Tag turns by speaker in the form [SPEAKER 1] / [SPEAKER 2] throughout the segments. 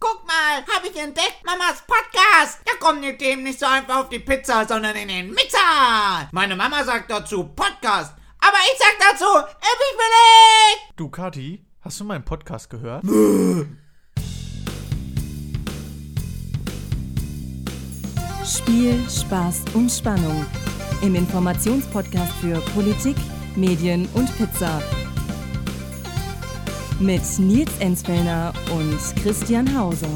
[SPEAKER 1] guck mal, habe ich entdeckt, Mamas Podcast. Da kommen die Themen nicht so einfach auf die Pizza, sondern in den Mixer. Meine Mama sagt dazu Podcast, aber ich sag dazu, ich belegt.
[SPEAKER 2] Du, Kati, hast du meinen Podcast gehört?
[SPEAKER 3] Spiel, Spaß und Spannung. Im Informationspodcast für Politik, Medien und Pizza. Mit Nils Enzfellner und Christian Hauser.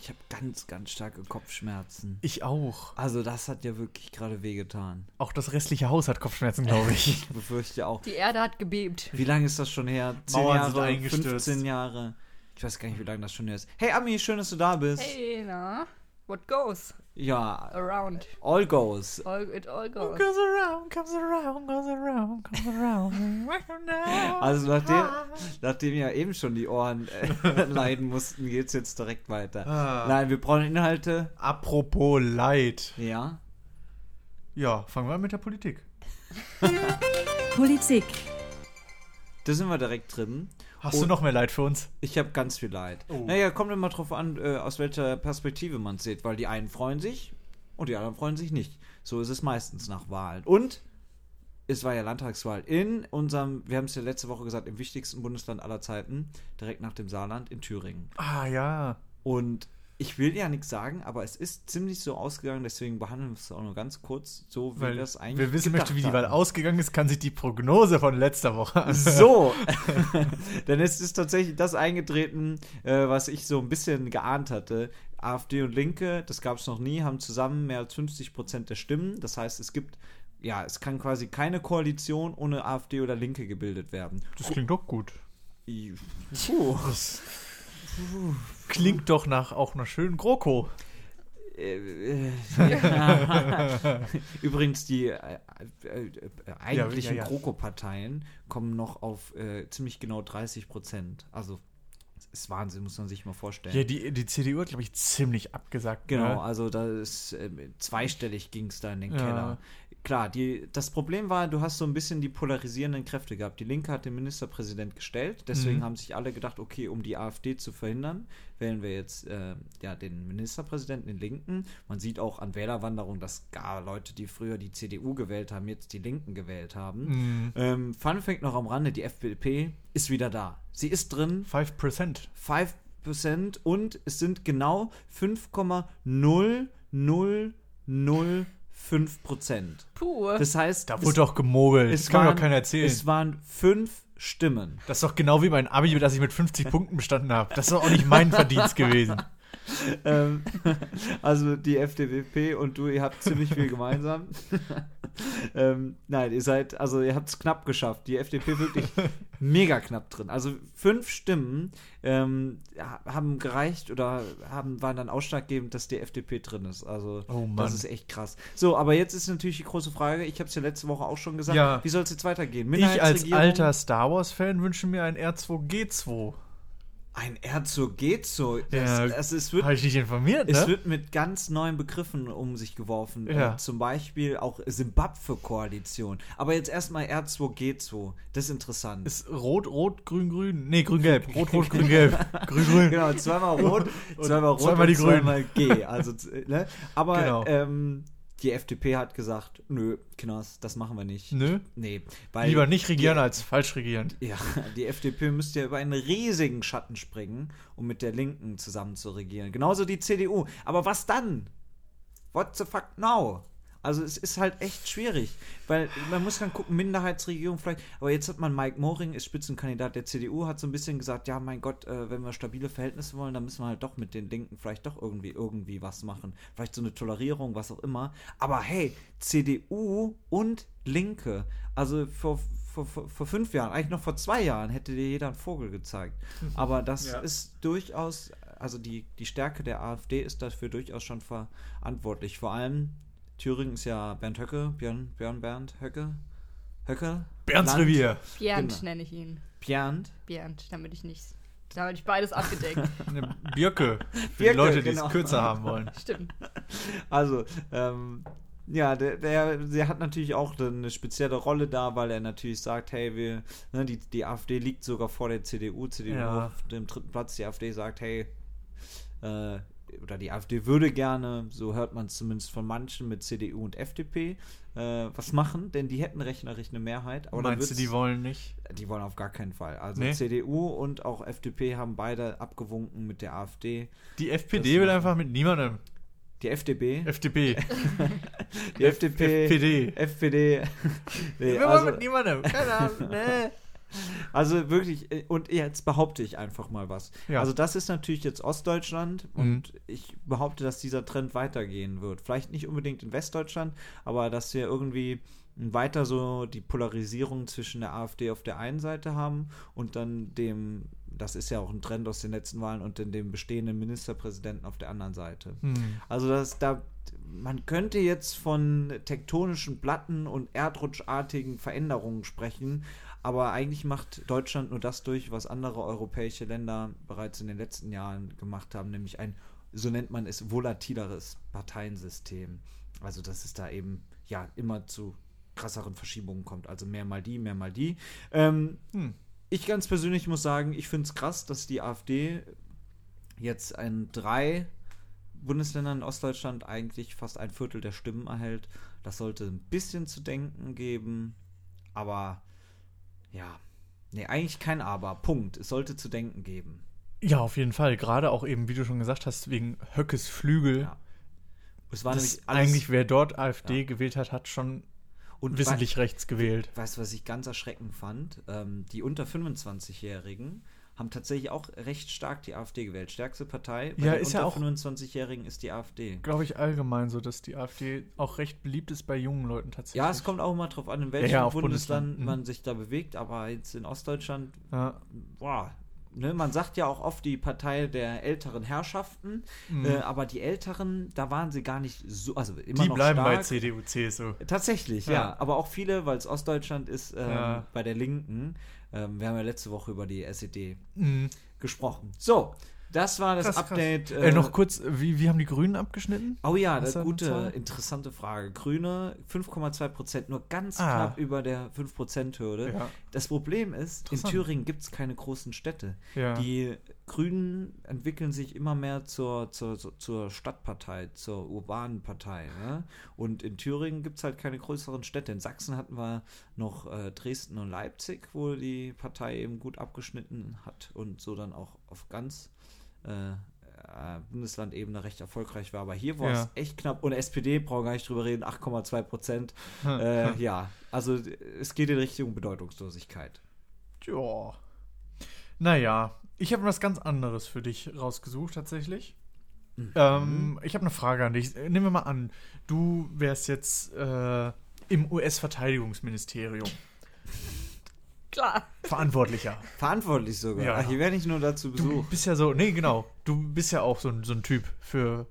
[SPEAKER 4] Ich habe ganz, ganz starke Kopfschmerzen.
[SPEAKER 2] Ich auch.
[SPEAKER 4] Also das hat ja wirklich gerade wehgetan.
[SPEAKER 2] Auch das restliche Haus hat Kopfschmerzen, glaube ich.
[SPEAKER 4] Ich befürchte auch.
[SPEAKER 5] Die Erde hat gebebt.
[SPEAKER 4] Wie lange ist das schon her? Zehn
[SPEAKER 2] Mauern sind
[SPEAKER 4] Jahre,
[SPEAKER 2] eingestürzt.
[SPEAKER 4] 15 Jahre. Ich weiß gar nicht, wie lange das schon her ist. Hey Ami, schön, dass du da bist.
[SPEAKER 5] Hey, na? What goes
[SPEAKER 4] Ja,
[SPEAKER 5] around?
[SPEAKER 4] all goes.
[SPEAKER 5] All, it all goes.
[SPEAKER 2] Goes around, comes around, goes around, comes around.
[SPEAKER 4] Also nachdem, nachdem ja eben schon die Ohren äh, leiden mussten, geht's jetzt direkt weiter.
[SPEAKER 2] Ah.
[SPEAKER 4] Nein, wir brauchen Inhalte.
[SPEAKER 2] Apropos Leid.
[SPEAKER 4] Ja.
[SPEAKER 2] Ja, fangen wir an mit der Politik.
[SPEAKER 3] Politik,
[SPEAKER 4] Da sind wir direkt drin.
[SPEAKER 2] Hast
[SPEAKER 4] Oh.
[SPEAKER 2] du noch mehr Leid für uns?
[SPEAKER 4] Ich habe ganz viel Leid.
[SPEAKER 2] Oh.
[SPEAKER 4] Naja, kommt immer drauf an, äh, aus welcher Perspektive man es sieht, weil die einen freuen sich und die anderen freuen sich nicht. So ist es meistens nach Wahlen. Und es war ja Landtagswahl in unserem, wir haben es ja letzte Woche gesagt, im wichtigsten Bundesland aller Zeiten, direkt nach dem Saarland in Thüringen.
[SPEAKER 2] Ah ja.
[SPEAKER 4] Und ich will ja nichts sagen, aber es ist ziemlich so ausgegangen, deswegen behandeln wir es auch nur ganz kurz, so wie
[SPEAKER 2] Weil
[SPEAKER 4] wir es eigentlich
[SPEAKER 2] wer wissen möchte, wie die
[SPEAKER 4] gedacht
[SPEAKER 2] Wahl
[SPEAKER 4] haben.
[SPEAKER 2] ausgegangen ist, kann sich die Prognose von letzter Woche ansehen.
[SPEAKER 4] So, denn es ist tatsächlich das eingetreten, äh, was ich so ein bisschen geahnt hatte. AfD und Linke, das gab es noch nie, haben zusammen mehr als 50 Prozent der Stimmen. Das heißt, es gibt, ja, es kann quasi keine Koalition ohne AfD oder Linke gebildet werden.
[SPEAKER 2] Das klingt doch gut.
[SPEAKER 4] I-
[SPEAKER 2] Das klingt doch nach auch einer schönen GroKo.
[SPEAKER 4] Äh, äh, Übrigens, die äh, äh, äh, eigentlichen
[SPEAKER 2] ja, ja.
[SPEAKER 4] GroKo-Parteien kommen noch auf äh, ziemlich genau 30 Prozent. Also, es ist Wahnsinn, muss man sich mal vorstellen.
[SPEAKER 2] Ja, die, die CDU hat, glaube ich, ziemlich abgesagt.
[SPEAKER 4] Genau,
[SPEAKER 2] Ne?
[SPEAKER 4] also da ist ähm, zweistellig ging es da in den
[SPEAKER 2] Ja.
[SPEAKER 4] Keller. Klar, die, das Problem war, du hast so ein bisschen die polarisierenden Kräfte gehabt. Die Linke hat den Ministerpräsident gestellt, deswegen haben sich alle gedacht, okay, um die AfD zu verhindern, wählen wir jetzt äh, ja, den Ministerpräsidenten, den Linken. Man sieht auch an Wählerwanderung, dass gar Leute, die früher die CDU gewählt haben, jetzt die Linken gewählt haben. Ähm, Fun fängt noch am Rande, die FDP ist wieder da. Sie ist drin,
[SPEAKER 2] 5%.
[SPEAKER 4] 5% und es sind genau 5,0005%.
[SPEAKER 5] Puh.
[SPEAKER 4] Das heißt,
[SPEAKER 2] Da wurde doch gemogelt.
[SPEAKER 4] es
[SPEAKER 2] das kann mir
[SPEAKER 4] waren-
[SPEAKER 2] doch keiner erzählen.
[SPEAKER 4] Es waren fünf Stimmen.
[SPEAKER 2] das ist doch genau wie mein Abi, das ich mit 50 Punkten bestanden habe. Das ist doch auch nicht mein Verdienst gewesen.
[SPEAKER 4] ähm, also die FDP und du, ihr habt ziemlich viel gemeinsam. ähm, nein, ihr seid, also ihr habt es knapp geschafft. Die FDP wirklich mega knapp drin. Also fünf Stimmen ähm, ha- haben gereicht oder haben, waren dann ausschlaggebend, dass die FDP drin ist. Also
[SPEAKER 2] Oh Mann.
[SPEAKER 4] das ist echt krass. So, aber jetzt ist natürlich die große Frage, ich habe es ja letzte Woche auch schon gesagt,
[SPEAKER 2] Ja.
[SPEAKER 4] wie soll es jetzt weitergehen?
[SPEAKER 2] Ich als
[SPEAKER 4] Minderheitsregierung?
[SPEAKER 2] alter Star Wars-Fan wünsche mir ein R2G2.
[SPEAKER 4] Ein Erzog geht so. Das,
[SPEAKER 2] Ja,
[SPEAKER 4] das, es wird
[SPEAKER 2] Habe ich dich informiert,
[SPEAKER 4] Es
[SPEAKER 2] ne?
[SPEAKER 4] wird mit ganz neuen Begriffen um sich geworfen.
[SPEAKER 2] Ja.
[SPEAKER 4] Äh, zum Beispiel auch Simbabwe-Koalition. Aber jetzt erstmal R2G2. Das ist interessant.
[SPEAKER 2] Ist rot, rot, grün, grün. Nee, grün, gelb. Rot, rot, grün, gelb. Grün, grün.
[SPEAKER 4] genau, zweimal rot, zweimal rot,
[SPEAKER 2] zweimal die
[SPEAKER 4] und zweimal G. Also, z- ne? Aber
[SPEAKER 2] Genau.
[SPEAKER 4] ähm, die FDP hat gesagt, nö, Knast, das machen wir nicht.
[SPEAKER 2] Nö.
[SPEAKER 4] Nee, weil
[SPEAKER 2] Lieber nicht regieren als falsch regieren.
[SPEAKER 4] Ja, die FDP müsste ja über einen riesigen Schatten springen, um mit der Linken zusammen zu regieren. Genauso die CDU. Aber was dann? What the fuck now? Also es ist halt echt schwierig, weil man muss dann gucken, Minderheitsregierung vielleicht, aber jetzt hat man Mike Moring, ist Spitzenkandidat der CDU, hat so ein bisschen gesagt, ja mein Gott, äh, wenn wir stabile Verhältnisse wollen, dann müssen wir halt doch mit den Linken vielleicht doch irgendwie irgendwie was machen. Vielleicht so eine Tolerierung, was auch immer. Aber hey, CDU und Linke, also vor, vor, vor vor fünf Jahren, eigentlich noch vor zwei Jahren, hätte dir jeder einen Vogel gezeigt. Aber das ist durchaus, also die, die Stärke der AfD ist dafür durchaus schon verantwortlich. Vor allem Thüringen ist ja Bernd Höcke, Björn, Björn Bernd Höcke, Höcke.
[SPEAKER 2] Bernds
[SPEAKER 4] Land-
[SPEAKER 2] Revier.
[SPEAKER 5] Bernd
[SPEAKER 4] genau.
[SPEAKER 5] nenne ich ihn.
[SPEAKER 4] Bernd.
[SPEAKER 5] Bernd, damit ich nichts. Damit ich beides abgedeckt.
[SPEAKER 2] Eine Birke. Für
[SPEAKER 4] Birke,
[SPEAKER 2] die Leute, die
[SPEAKER 4] genau.
[SPEAKER 2] es kürzer haben wollen.
[SPEAKER 5] Stimmt.
[SPEAKER 4] Also, ähm, ja, der, der, der hat natürlich auch dann eine spezielle Rolle da, weil er natürlich sagt, hey, wir, ne, die, die AfD liegt sogar vor der CDU, CDU
[SPEAKER 2] Ja.
[SPEAKER 4] auf dem dritten Platz, die AfD sagt, hey, äh, oder die AfD würde gerne, so hört man es zumindest von manchen mit CDU und FDP, äh, was machen, denn die hätten rechnerisch eine Mehrheit. Aber dann
[SPEAKER 2] Meinst du,
[SPEAKER 4] wird's-
[SPEAKER 2] die wollen nicht?
[SPEAKER 4] die wollen auf gar keinen Fall. Also
[SPEAKER 2] Nee.
[SPEAKER 4] CDU und auch FDP haben beide abgewunken mit der AfD.
[SPEAKER 2] Die FPD will einfach mit niemandem.
[SPEAKER 4] Die FDP,
[SPEAKER 2] FDP.
[SPEAKER 4] die FDP,
[SPEAKER 2] FPD.
[SPEAKER 4] FPD. nee,
[SPEAKER 2] Wir wollen
[SPEAKER 4] also,
[SPEAKER 2] mit niemandem. Keine Ahnung. Nee.
[SPEAKER 4] also wirklich, äh, und jetzt behaupte ich einfach mal was.
[SPEAKER 2] Ja. Mhm.
[SPEAKER 4] Also das ist natürlich jetzt Ostdeutschland und ich behaupte, dass dieser Trend weitergehen wird. Vielleicht nicht unbedingt in Westdeutschland, aber dass wir irgendwie weiter so die Polarisierung zwischen der AfD auf der einen Seite haben und dann dem, das ist ja auch ein Trend aus den letzten Wahlen, und dann dem bestehenden Ministerpräsidenten auf der anderen Seite.
[SPEAKER 2] Hm.
[SPEAKER 4] Also das, da, man könnte jetzt von tektonischen Platten und erdrutschartigen Veränderungen sprechen, aber eigentlich macht Deutschland nur das durch, was andere europäische Länder bereits in den letzten Jahren gemacht haben, nämlich ein, so nennt man es, volatileres Parteiensystem. Also dass es da eben ja immer zu krasseren Verschiebungen kommt. Also mehr mal die, mehr mal die. Ähm,
[SPEAKER 2] Hm.
[SPEAKER 4] ich ganz persönlich muss sagen, ich finde es krass, dass die AfD jetzt in drei Bundesländern in Ostdeutschland eigentlich fast ein Viertel der Stimmen erhält. Das sollte ein bisschen zu denken geben, aber ja, nee, eigentlich kein Aber. Punkt. Es sollte zu denken geben.
[SPEAKER 2] Ja, auf jeden Fall. Gerade auch eben, wie du schon gesagt hast, wegen Höckes Flügel.
[SPEAKER 4] Ja. Es war
[SPEAKER 2] Das eigentlich, wer dort AfD gewählt hat, hat schon
[SPEAKER 4] und
[SPEAKER 2] wissentlich rechts gewählt.
[SPEAKER 4] Weißt du, was ich ganz erschreckend fand? Ähm, die unter 25-Jährigen haben tatsächlich auch recht stark die AfD gewählt. Stärkste Partei bei
[SPEAKER 2] Ja,
[SPEAKER 4] den
[SPEAKER 2] ist
[SPEAKER 4] unter
[SPEAKER 2] ja auch-
[SPEAKER 4] 25-Jährigen ist die AfD.
[SPEAKER 2] Glaube ich allgemein so, dass die AfD auch recht beliebt ist bei jungen Leuten tatsächlich.
[SPEAKER 4] Ja, es kommt auch immer drauf an, in welchem
[SPEAKER 2] ja, auf
[SPEAKER 4] Bundesland
[SPEAKER 2] Bundesland, mhm.
[SPEAKER 4] man sich da bewegt, aber jetzt in Ostdeutschland,
[SPEAKER 2] Ja.
[SPEAKER 4] boah, ne, man sagt ja auch oft die Partei der älteren Herrschaften,
[SPEAKER 2] Mhm.
[SPEAKER 4] äh, aber die Älteren, da waren sie gar nicht so, also immer
[SPEAKER 2] Die
[SPEAKER 4] noch
[SPEAKER 2] bleiben
[SPEAKER 4] stark.
[SPEAKER 2] bei CDU, CSU.
[SPEAKER 4] Tatsächlich, ja.
[SPEAKER 2] Ja.
[SPEAKER 4] Aber auch viele, weil es Ostdeutschland ist, ähm,
[SPEAKER 2] Ja.
[SPEAKER 4] bei der Linken. Ähm, wir haben ja letzte Woche über die SED
[SPEAKER 2] Mhm.
[SPEAKER 4] gesprochen. So, das war das
[SPEAKER 2] Krass, krass.
[SPEAKER 4] Update.
[SPEAKER 2] Äh, noch kurz, wie, wie haben die Grünen abgeschnitten?
[SPEAKER 4] Oh ja,
[SPEAKER 2] Was
[SPEAKER 4] das
[SPEAKER 2] war die
[SPEAKER 4] gute,
[SPEAKER 2] Zahl?
[SPEAKER 4] interessante Frage. Grüne 5,2 Prozent, nur ganz
[SPEAKER 2] Ah.
[SPEAKER 4] knapp über der 5-Prozent-Hürde.
[SPEAKER 2] Ja.
[SPEAKER 4] Das Problem ist, in
[SPEAKER 2] Interessant.
[SPEAKER 4] Thüringen gibt es keine großen Städte.
[SPEAKER 2] Ja.
[SPEAKER 4] Die Grünen entwickeln sich immer mehr zur, zur, zur- zur Stadtpartei, zur urbanen Partei. Ne? Und in Thüringen gibt es halt keine größeren Städte. In Sachsen hatten wir noch äh, Dresden und Leipzig, wo die Partei eben gut abgeschnitten hat und so dann auch auf ganz äh, äh, Bundeslandebene recht erfolgreich war. Aber hier war
[SPEAKER 2] Ja.
[SPEAKER 4] es echt knapp. Und SPD brauchen wir gar nicht drüber reden, 8,2 Prozent. äh, ja, also äh, es geht in Richtung Bedeutungslosigkeit.
[SPEAKER 2] Ja. Naja, ich habe was ganz anderes für dich rausgesucht, tatsächlich. Ähm, ich habe eine Frage an dich. Äh, Nehmen wir mal an, du wärst jetzt äh, im US-Verteidigungsministerium
[SPEAKER 5] Klar.
[SPEAKER 2] verantwortlicher.
[SPEAKER 4] Verantwortlich sogar.
[SPEAKER 2] Ja.
[SPEAKER 4] Ach, hier werde ich nur dazu
[SPEAKER 2] Du
[SPEAKER 4] besucht.
[SPEAKER 2] bist ja so, nee, genau. Du bist ja auch so, ein- so ein Typ für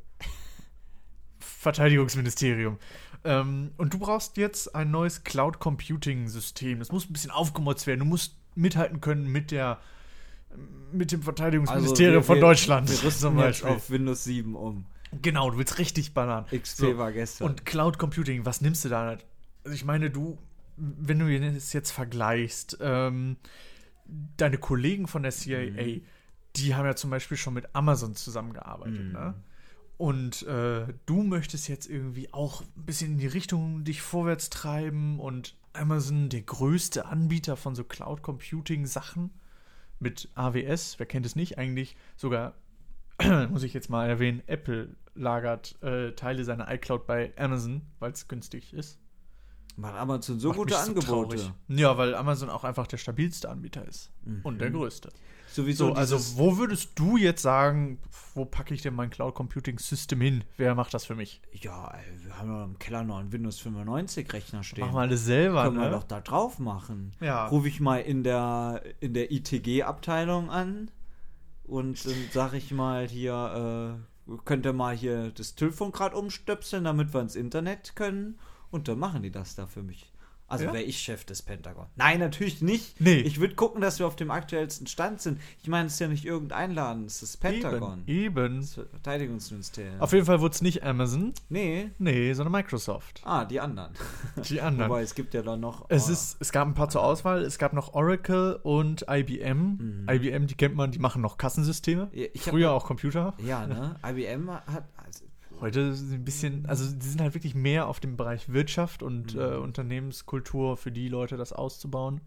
[SPEAKER 2] Verteidigungsministerium. Ähm, und du brauchst jetzt ein neues Cloud Computing System. Das muss ein bisschen aufgemotzt werden. Du musst mithalten können mit der mit dem Verteidigungsministerium
[SPEAKER 4] Also, wir-
[SPEAKER 2] von
[SPEAKER 4] wir-
[SPEAKER 2] Deutschland
[SPEAKER 4] Wir rüsten
[SPEAKER 2] zum
[SPEAKER 4] jetzt
[SPEAKER 2] Beispiel.
[SPEAKER 4] auf Windows 7 um.
[SPEAKER 2] Genau, du willst richtig ballern.
[SPEAKER 4] XP war gestern.
[SPEAKER 2] Und Cloud Computing, was nimmst du da? Also ich meine, du, wenn du es jetzt vergleichst, ähm, deine Kollegen von der CIA, die haben ja zum Beispiel schon mit Amazon zusammengearbeitet, ne? Und äh, du möchtest jetzt irgendwie auch ein bisschen in die Richtung dich vorwärts treiben und Amazon, der größte Anbieter von so Cloud Computing Sachen mit AWS, wer kennt es nicht, eigentlich sogar muss ich jetzt mal erwähnen, Apple lagert äh, Teile seiner iCloud bei Amazon, weil es günstig ist.
[SPEAKER 4] Macht Amazon so
[SPEAKER 2] Macht
[SPEAKER 4] gute
[SPEAKER 2] mich so
[SPEAKER 4] Angebote.
[SPEAKER 2] traurig. ja, weil Amazon auch einfach der stabilste Anbieter ist und der größte.
[SPEAKER 4] Sowieso.
[SPEAKER 2] So, also
[SPEAKER 4] Mhm. dieses-
[SPEAKER 2] wo würdest du jetzt sagen, wo packe ich denn mein Cloud Computing System hin? Wer macht das für mich?
[SPEAKER 4] ja, ey, wir haben ja im Keller noch einen Windows 95 Rechner stehen.
[SPEAKER 2] Machen wir alles selber,
[SPEAKER 4] Können wir
[SPEAKER 2] ne?
[SPEAKER 4] doch da drauf machen.
[SPEAKER 2] Ja.
[SPEAKER 4] Rufe ich mal in der, in der ITG-Abteilung an und dann sage ich mal hier, äh, könnt ihr mal hier das Telefon gerade umstöpseln, damit wir ins Internet können. Und dann machen die das da für mich. Also
[SPEAKER 2] Ja?
[SPEAKER 4] wäre ich Chef des Pentagon. Nein, natürlich nicht.
[SPEAKER 2] Nee.
[SPEAKER 4] Ich würde gucken, dass wir auf dem aktuellsten Stand sind. Ich meine, es ist ja nicht irgendein Laden, es ist das Pentagon.
[SPEAKER 2] Eben. Eben.
[SPEAKER 4] Das Verteidigungsministerium.
[SPEAKER 2] Auf jeden Fall wurde es nicht Amazon,
[SPEAKER 4] nee.
[SPEAKER 2] nee, sondern Microsoft.
[SPEAKER 4] Ah, die anderen.
[SPEAKER 2] Die anderen.
[SPEAKER 4] Wobei, es gibt ja dann noch.
[SPEAKER 2] Es,
[SPEAKER 4] oh,
[SPEAKER 2] ist, es gab ein paar zur Auswahl. Es gab noch Oracle und IBM. IBM, die kennt man, die machen noch Kassensysteme.
[SPEAKER 4] Mhm. Ja, ich hab-
[SPEAKER 2] Früher auch Computer.
[SPEAKER 4] Ja, ne? IBM hat. Also,
[SPEAKER 2] Heute sind sie ein bisschen, also die sind halt wirklich mehr auf dem Bereich Wirtschaft
[SPEAKER 4] Mhm.
[SPEAKER 2] und äh, Unternehmenskultur für die Leute, das auszubauen.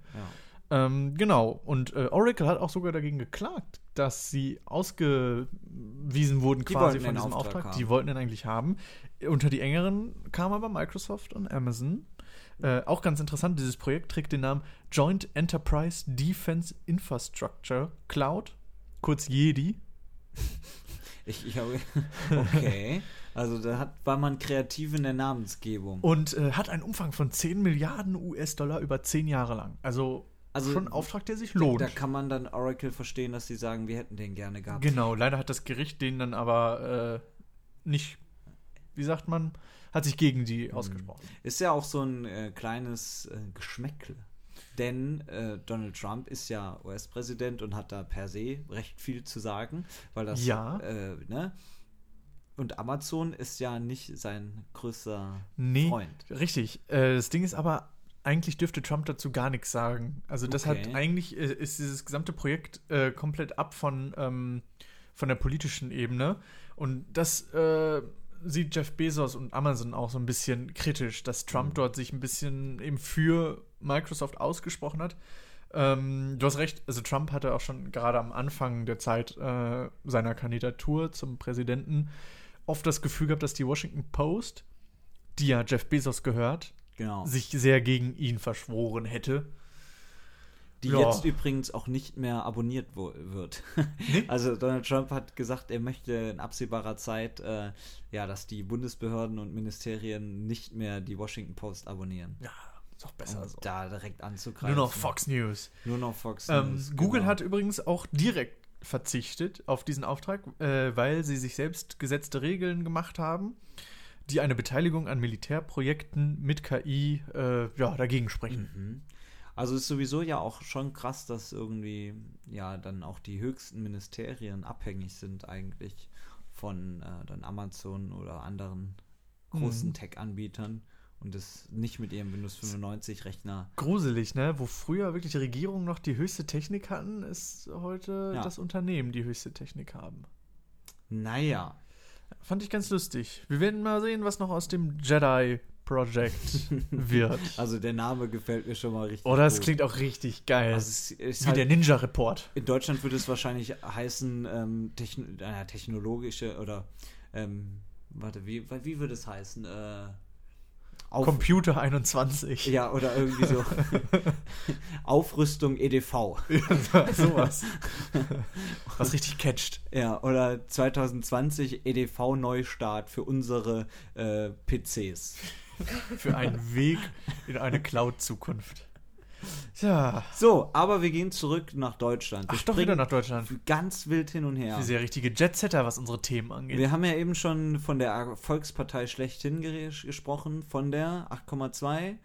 [SPEAKER 4] ja.
[SPEAKER 2] Ähm, genau. Und äh, Oracle hat auch sogar dagegen geklagt, dass sie ausgewiesen wurden quasi
[SPEAKER 4] wollten
[SPEAKER 2] von
[SPEAKER 4] den
[SPEAKER 2] diesem
[SPEAKER 4] Auftrag
[SPEAKER 2] Auftrag.
[SPEAKER 4] haben.
[SPEAKER 2] Die wollten den eigentlich haben. Unter die engeren kam aber Microsoft und Amazon. Äh, auch ganz interessant, dieses Projekt trägt den Namen Joint Enterprise Defense Infrastructure Cloud, kurz JEDI.
[SPEAKER 4] Ich, ich habe. Okay. Also da hat, war man kreativ in der Namensgebung.
[SPEAKER 2] Und äh, hat einen Umfang von 10 Milliarden US-Dollar über 10 Jahre lang. Also,
[SPEAKER 4] Also,
[SPEAKER 2] schon ein Auftrag, der sich lohnt.
[SPEAKER 4] Da kann man dann Oracle verstehen, dass sie sagen, wir hätten den gerne gehabt.
[SPEAKER 2] Genau, leider hat das Gericht den dann aber äh, nicht, wie sagt man, hat sich gegen die ausgesprochen.
[SPEAKER 4] Ist ja auch so ein äh, kleines äh, Geschmäckle. Denn äh, Donald Trump ist ja US-Präsident und hat da per se recht viel zu sagen, weil das
[SPEAKER 2] Ja.
[SPEAKER 4] äh, ne? Und Amazon ist ja nicht sein größter
[SPEAKER 2] Nee,
[SPEAKER 4] Freund.
[SPEAKER 2] richtig. Äh, das Ding ist aber, eigentlich dürfte Trump dazu gar nichts sagen. Also das
[SPEAKER 4] Okay.
[SPEAKER 2] hat eigentlich, äh, ist dieses gesamte Projekt äh, komplett ab von, ähm, von der politischen Ebene. Und das äh, sieht Jeff Bezos und Amazon auch so ein bisschen kritisch, dass
[SPEAKER 4] Mhm.
[SPEAKER 2] Trump dort sich ein bisschen eben für Microsoft ausgesprochen hat. Ähm, du hast recht, also Trump hatte auch schon gerade am Anfang der Zeit äh, seiner Kandidatur zum Präsidenten oft das Gefühl gehabt, dass die Washington Post, die ja Jeff Bezos gehört,
[SPEAKER 4] Genau.
[SPEAKER 2] sich sehr gegen ihn verschworen hätte.
[SPEAKER 4] Die
[SPEAKER 2] Ja.
[SPEAKER 4] jetzt übrigens auch nicht mehr abonniert wo- wird. Also Donald Trump hat gesagt, er möchte in absehbarer Zeit, äh, ja, dass die Bundesbehörden und Ministerien nicht mehr die Washington Post abonnieren.
[SPEAKER 2] Ja, ist doch
[SPEAKER 4] Um
[SPEAKER 2] besser so.
[SPEAKER 4] da direkt anzugreifen.
[SPEAKER 2] Nur noch Fox News.
[SPEAKER 4] Nur noch Fox
[SPEAKER 2] Ähm,
[SPEAKER 4] News,
[SPEAKER 2] Google
[SPEAKER 4] genau.
[SPEAKER 2] hat übrigens auch direkt verzichtet auf diesen Auftrag, äh, weil sie sich selbst gesetzte Regeln gemacht haben, die eine Beteiligung an Militärprojekten mit KI äh, ja, dagegen sprechen.
[SPEAKER 4] Also ist sowieso ja auch schon krass, dass irgendwie ja dann auch die höchsten Ministerien abhängig sind eigentlich von äh, dann Amazon oder anderen
[SPEAKER 2] Mhm.
[SPEAKER 4] großen Tech-Anbietern und das nicht mit ihrem Windows 95 Rechner
[SPEAKER 2] Gruselig, ne? Wo früher wirklich die Regierungen noch die höchste Technik hatten, ist heute
[SPEAKER 4] Ja.
[SPEAKER 2] das Unternehmen die höchste Technik haben.
[SPEAKER 4] Naja,
[SPEAKER 2] Fand ich ganz lustig. Wir werden mal sehen, was noch aus dem Jedi Project wird.
[SPEAKER 4] also der Name gefällt mir schon mal richtig.
[SPEAKER 2] Oder es
[SPEAKER 4] gut.
[SPEAKER 2] klingt auch richtig geil.
[SPEAKER 4] Also es ist
[SPEAKER 2] Wie der
[SPEAKER 4] halt,
[SPEAKER 2] Ninja Report.
[SPEAKER 4] in Deutschland würde es wahrscheinlich heißen ähm, techn äh, technologische oder ähm, warte, wie, wie würde es heißen? Äh, auf,
[SPEAKER 2] Computer 21.
[SPEAKER 4] ja, oder irgendwie so Aufrüstung E EDV.
[SPEAKER 2] Sowas. was richtig catcht.
[SPEAKER 4] Ja, oder 2020 EDV Neustart für unsere äh, PCs.
[SPEAKER 2] Für einen Weg in eine Cloud-Zukunft. Ja.
[SPEAKER 4] So, aber wir gehen zurück nach Deutschland. Wir
[SPEAKER 2] Ach, doch wieder
[SPEAKER 4] springen
[SPEAKER 2] nach Deutschland.
[SPEAKER 4] ganz wild hin und her.
[SPEAKER 2] Wir sind ja richtige Jetsetter, was unsere Themen angeht.
[SPEAKER 4] Wir haben ja eben schon von der Volkspartei schlechthin gere- gesprochen, von der 8,2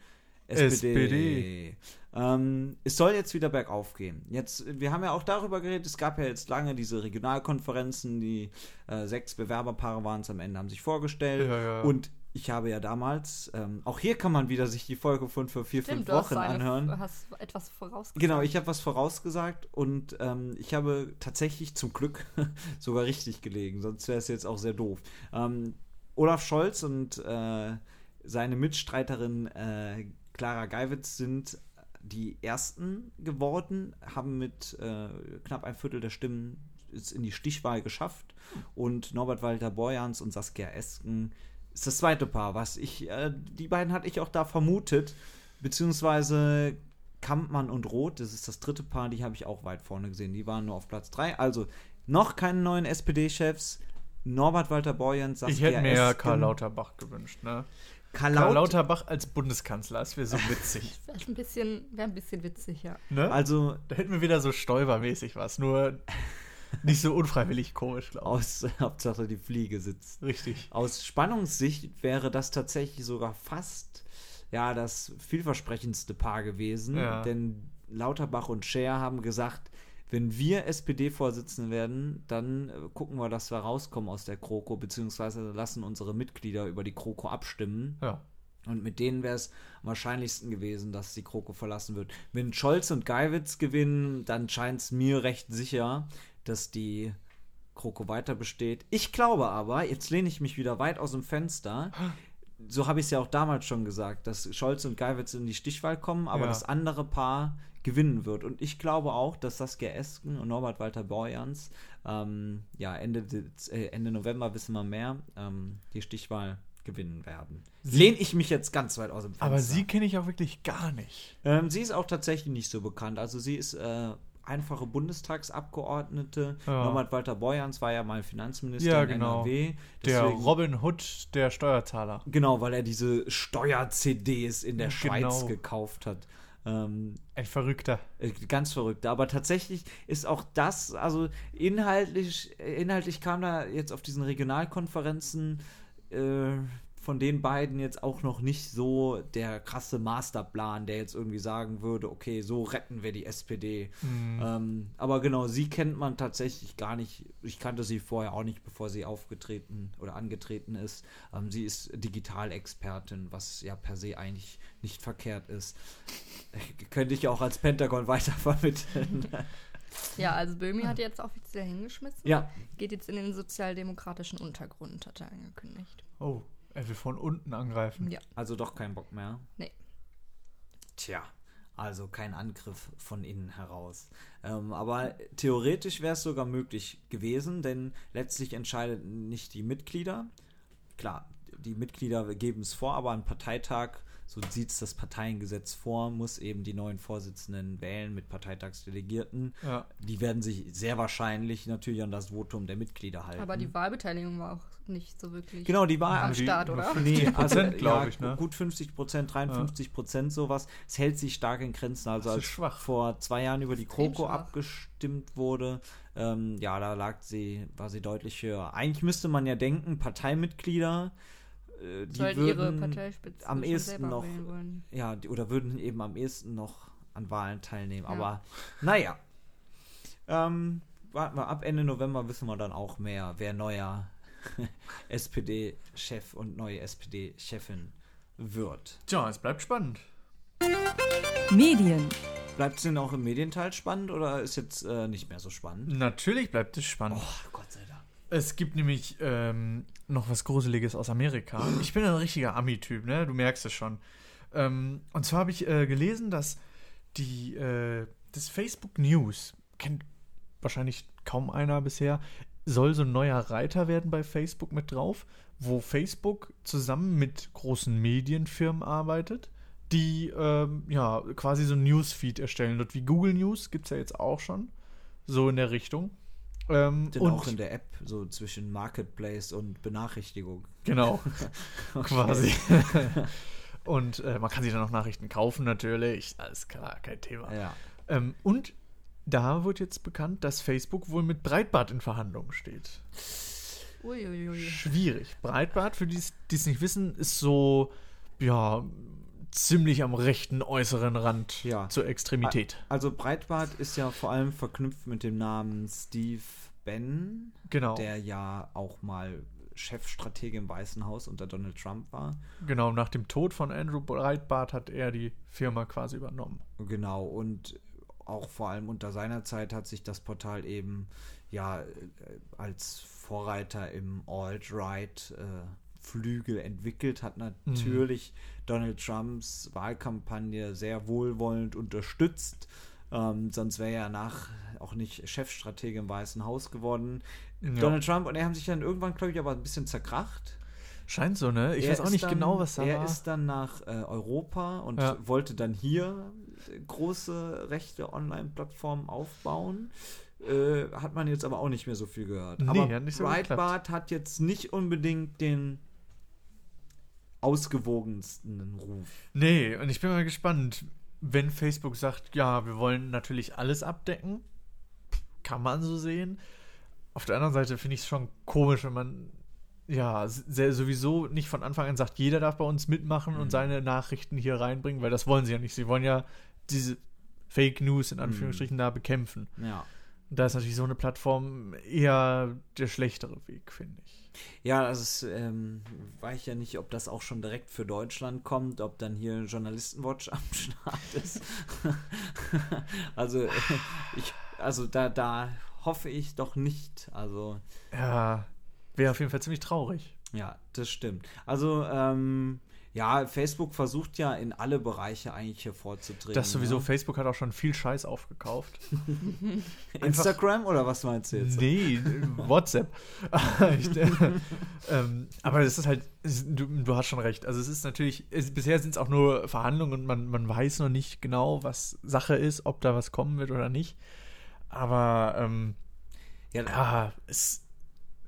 [SPEAKER 4] SPD.
[SPEAKER 2] SPD.
[SPEAKER 4] Ähm, es soll jetzt wieder bergauf gehen. Jetzt, wir haben ja auch darüber geredet, es gab ja jetzt lange diese Regionalkonferenzen, die äh, sechs Bewerberpaare waren es am Ende, haben sich vorgestellt.
[SPEAKER 2] Ja, ja.
[SPEAKER 4] Und ich habe ja damals, ähm, auch hier kann man wieder sich die Folge von vor vier, fünf
[SPEAKER 5] Stimmt, du hast,
[SPEAKER 4] Wochen
[SPEAKER 5] eine,
[SPEAKER 4] anhören.
[SPEAKER 5] hast etwas vorausgesagt.
[SPEAKER 4] Genau, ich habe was vorausgesagt und ähm, ich habe tatsächlich zum Glück sogar richtig gelegen, sonst wäre es jetzt auch sehr doof. Ähm, Olaf Scholz und äh, seine Mitstreiterin äh, Clara Geiwitz sind die ersten geworden, haben mit äh, knapp ein Viertel der Stimmen es in die Stichwahl geschafft und Norbert Walter Borjans und Saskia Esken ist das zweite Paar, was ich, äh, die beiden hatte ich auch da vermutet, beziehungsweise Kampmann und Roth, das ist das dritte Paar, die habe ich auch weit vorne gesehen, die waren nur auf Platz 3, also noch keine neuen SPD-Chefs, Norbert Walter Borjans, Saskia
[SPEAKER 2] ich hätte mir ja Karl
[SPEAKER 4] Esken.
[SPEAKER 2] Lauterbach gewünscht, ne?
[SPEAKER 4] Karl
[SPEAKER 2] Karl
[SPEAKER 4] Laut-
[SPEAKER 2] Lauterbach als Bundeskanzler, das wäre so witzig.
[SPEAKER 5] Wäre ein bisschen, wäre ein bisschen witzig, ja.
[SPEAKER 2] ne?
[SPEAKER 4] Also
[SPEAKER 2] Da hätten wir wieder so Stoiber-mäßig was, nur nicht so unfreiwillig komisch, glaube
[SPEAKER 4] aus Hauptsache die Fliege sitzt.
[SPEAKER 2] ich. Richtig.
[SPEAKER 4] Aus Spannungssicht wäre das tatsächlich sogar fast ja das vielversprechendste Paar gewesen.
[SPEAKER 2] Ja.
[SPEAKER 4] Denn Lauterbach und Scher haben gesagt, wenn wir SPD-Vorsitzende werden, dann äh, gucken wir, dass wir rauskommen aus der Kroko, beziehungsweise lassen unsere Mitglieder über die Kroko abstimmen.
[SPEAKER 2] Ja.
[SPEAKER 4] Und mit denen wäre es am wahrscheinlichsten gewesen, dass die Kroko verlassen wird. Wenn Scholz und Geiwitz gewinnen, dann scheint es mir recht sicher, dass die Kroko weiter besteht. Ich glaube aber, jetzt lehne ich mich wieder weit aus dem Fenster. So habe ich es ja auch damals schon gesagt, dass Scholz und Geiwitz in die Stichwahl kommen, aber
[SPEAKER 2] Ja.
[SPEAKER 4] das andere Paar gewinnen wird. Und ich glaube auch, dass Saskia Esken und Norbert Walter Borjans, ähm, ja, Ende, Dez- äh, Ende November wissen wir mehr, ähm, die Stichwahl gewinnen werden. Lehne ich mich jetzt ganz weit aus dem Fenster.
[SPEAKER 2] Aber sie kenne ich auch wirklich gar nicht.
[SPEAKER 4] Ähm, sie ist auch tatsächlich nicht so bekannt. Also sie ist äh, einfache Bundestagsabgeordnete.
[SPEAKER 2] Ja.
[SPEAKER 4] Norbert Walter Borjans war ja mal Finanzminister
[SPEAKER 2] Ja,
[SPEAKER 4] in
[SPEAKER 2] genau.
[SPEAKER 4] NRW.
[SPEAKER 2] Der
[SPEAKER 4] Deswegen-
[SPEAKER 2] Robin Hood der Steuerzahler.
[SPEAKER 4] Genau, weil er diese Steuer-CDs in der Schweiz
[SPEAKER 2] Genau.
[SPEAKER 4] gekauft hat. Ähm,
[SPEAKER 2] Ein Verrückter.
[SPEAKER 4] äh, ganz verrückt. Aber tatsächlich ist auch das, also inhaltlich, äh, inhaltlich kam da jetzt auf diesen Regionalkonferenzen äh, von den beiden jetzt auch noch nicht so der krasse Masterplan, der jetzt irgendwie sagen würde, okay, so retten wir die SPD. Ähm, aber genau, sie kennt man tatsächlich gar nicht. Ich kannte sie vorher auch nicht, bevor sie aufgetreten oder angetreten ist. Ähm, sie ist Digitalexpertin, was ja per se eigentlich nicht verkehrt ist. Könnte ich ja auch als Pentagon weitervermitteln.
[SPEAKER 5] Ja, also Böhmi hat jetzt auch wieder hingeschmissen.
[SPEAKER 4] ja,
[SPEAKER 5] Geht jetzt in den sozialdemokratischen Untergrund, hat er angekündigt.
[SPEAKER 2] Oh, er will von unten angreifen.
[SPEAKER 5] Ja.
[SPEAKER 4] also doch kein Bock mehr.
[SPEAKER 5] Nee.
[SPEAKER 4] Tja, also kein Angriff von innen heraus. Ähm, aber theoretisch wäre es sogar möglich gewesen, denn letztlich entscheidet nicht die Mitglieder. Klar, die Mitglieder geben es vor, aber ein Parteitag, so sieht es das Parteiengesetz vor, muss eben die neuen Vorsitzenden wählen mit Parteitagsdelegierten.
[SPEAKER 2] Ja.
[SPEAKER 4] Die werden sich sehr wahrscheinlich natürlich an das Votum der Mitglieder halten.
[SPEAKER 5] Aber die Wahlbeteiligung war auch nicht so wirklich.
[SPEAKER 4] Äh, hm. Genau, die war
[SPEAKER 5] am
[SPEAKER 2] die-
[SPEAKER 5] Start,
[SPEAKER 2] nur
[SPEAKER 5] oder?
[SPEAKER 4] Nee, also,
[SPEAKER 2] Prozent, glaub ich,
[SPEAKER 4] gu-
[SPEAKER 2] ne?
[SPEAKER 4] Gut 50 Prozent, 53 Prozent, sowas. Es hält sich stark in Grenzen. Also,
[SPEAKER 2] Das ist
[SPEAKER 4] als
[SPEAKER 2] schwach.
[SPEAKER 4] vor zwei Jahren über die
[SPEAKER 5] Extrem
[SPEAKER 4] Kroko
[SPEAKER 5] schwach.
[SPEAKER 4] abgestimmt wurde, ähm, ja, da lag sie, war sie deutlich höher. Eigentlich müsste man ja denken, Parteimitglieder, äh, die
[SPEAKER 5] Sollten ihre
[SPEAKER 4] würden
[SPEAKER 5] Parteispitzen
[SPEAKER 4] am
[SPEAKER 5] schon
[SPEAKER 4] ehesten
[SPEAKER 5] selber
[SPEAKER 4] noch,
[SPEAKER 5] wählen wollen.
[SPEAKER 4] ja, die, oder würden eben am ehesten noch an Wahlen teilnehmen.
[SPEAKER 5] Ja.
[SPEAKER 4] Aber naja, ähm, warten wir ab Ende November wissen wir dann auch mehr, wer neuer SPD-Chef und neue SPD-Chefin wird.
[SPEAKER 2] Tja, es bleibt spannend.
[SPEAKER 3] Medien.
[SPEAKER 4] Bleibt es denn auch im Medienteil spannend oder ist jetzt äh, nicht mehr so spannend?
[SPEAKER 2] Natürlich bleibt es spannend.
[SPEAKER 4] Oh, Gott sei Dank.
[SPEAKER 2] Es gibt nämlich ähm, noch was Gruseliges aus Amerika. Ich bin ein richtiger Ami-Typ, ne? Du merkst es schon. Ähm, und zwar habe ich äh, gelesen, dass die äh, das Facebook News kennt wahrscheinlich kaum einer bisher, soll so ein neuer Reiter werden bei Facebook mit drauf, wo Facebook zusammen mit großen Medienfirmen arbeitet, die ähm, ja quasi so ein Newsfeed erstellen wird. Wie Google News gibt es ja jetzt auch schon, so in der Richtung. Ähm,
[SPEAKER 4] Denn auch in der App, so zwischen Marketplace und Benachrichtigung.
[SPEAKER 2] Genau. Quasi. und äh, man kann sich dann auch Nachrichten kaufen, natürlich. Alles klar, kein Thema.
[SPEAKER 4] Ja.
[SPEAKER 2] Ähm, und da wird jetzt bekannt, dass Facebook wohl mit Breitbart in Verhandlungen steht.
[SPEAKER 5] Uiuiui.
[SPEAKER 2] Schwierig. Breitbart, für die es- die es nicht wissen, ist so, ja, ziemlich am rechten äußeren Rand
[SPEAKER 4] Ja.
[SPEAKER 2] zur Extremität.
[SPEAKER 4] Also Breitbart ist ja vor allem verknüpft mit dem Namen Steve Bannon.
[SPEAKER 2] Genau.
[SPEAKER 4] der ja auch mal Chefstratege im Weißen Haus unter Donald Trump war.
[SPEAKER 2] Genau, nach dem Tod von Andrew Breitbart hat er die Firma quasi übernommen.
[SPEAKER 4] Genau, und auch vor allem unter seiner Zeit hat sich das Portal eben ja äh, als Vorreiter im Alt-Right äh, Flügel entwickelt, hat natürlich Donald Trumps Wahlkampagne sehr wohlwollend unterstützt. Ähm, sonst wäre er nach auch nicht Chefstratege im Weißen Haus geworden. Donald Trump und er haben sich dann irgendwann, glaube ich, aber ein bisschen zerkracht.
[SPEAKER 2] Scheint so, ne? Ich
[SPEAKER 4] Er
[SPEAKER 2] weiß auch
[SPEAKER 4] ist
[SPEAKER 2] nicht
[SPEAKER 4] dann-
[SPEAKER 2] genau, was da
[SPEAKER 4] Er
[SPEAKER 2] war.
[SPEAKER 4] ist dann nach äh, Europa und
[SPEAKER 2] Ja.
[SPEAKER 4] wollte dann hier äh, große rechte Online-Plattformen aufbauen. Äh, hat man jetzt aber auch nicht mehr so viel gehört.
[SPEAKER 2] Nee,
[SPEAKER 4] aber
[SPEAKER 2] hat nicht so geklappt.
[SPEAKER 4] Breitbart hat jetzt nicht unbedingt den ausgewogensten Ruf.
[SPEAKER 2] Nee, und ich bin mal gespannt, wenn Facebook sagt, ja, wir wollen natürlich alles abdecken, kann man so sehen. Auf der anderen Seite finde ich es schon komisch, wenn man ja, sehr, sowieso nicht von Anfang an sagt, jeder darf bei uns mitmachen und seine Nachrichten hier reinbringen, weil das wollen sie ja nicht. Sie wollen ja diese Fake News in Anführungsstrichen da bekämpfen.
[SPEAKER 4] Ja.
[SPEAKER 2] Und da ist natürlich so eine Plattform eher der schlechtere Weg, finde ich.
[SPEAKER 4] Ja, das ist, ähm, weiß ich ja nicht, ob das auch schon direkt für Deutschland kommt, ob dann hier Journalistenwatch am Start ist. also, äh, ich, also da, da hoffe ich doch nicht. Also,
[SPEAKER 2] Ja, wäre auf jeden Fall ziemlich traurig.
[SPEAKER 4] ja, das stimmt. Also, ähm, ja, Facebook versucht ja in alle Bereiche eigentlich hervorzutreten.
[SPEAKER 2] Das sowieso,
[SPEAKER 4] Ne?
[SPEAKER 2] Facebook hat auch schon viel Scheiß aufgekauft.
[SPEAKER 4] Instagram oder was meinst du jetzt?
[SPEAKER 2] Nee, WhatsApp. ich, äh, ähm, aber es ist halt, es- du, du hast schon recht. Also es ist natürlich, es, bisher sind es auch nur Verhandlungen und man, man weiß noch nicht genau, was Sache ist, ob da was kommen wird oder nicht. Aber ähm,
[SPEAKER 4] Ja,
[SPEAKER 2] ja, es,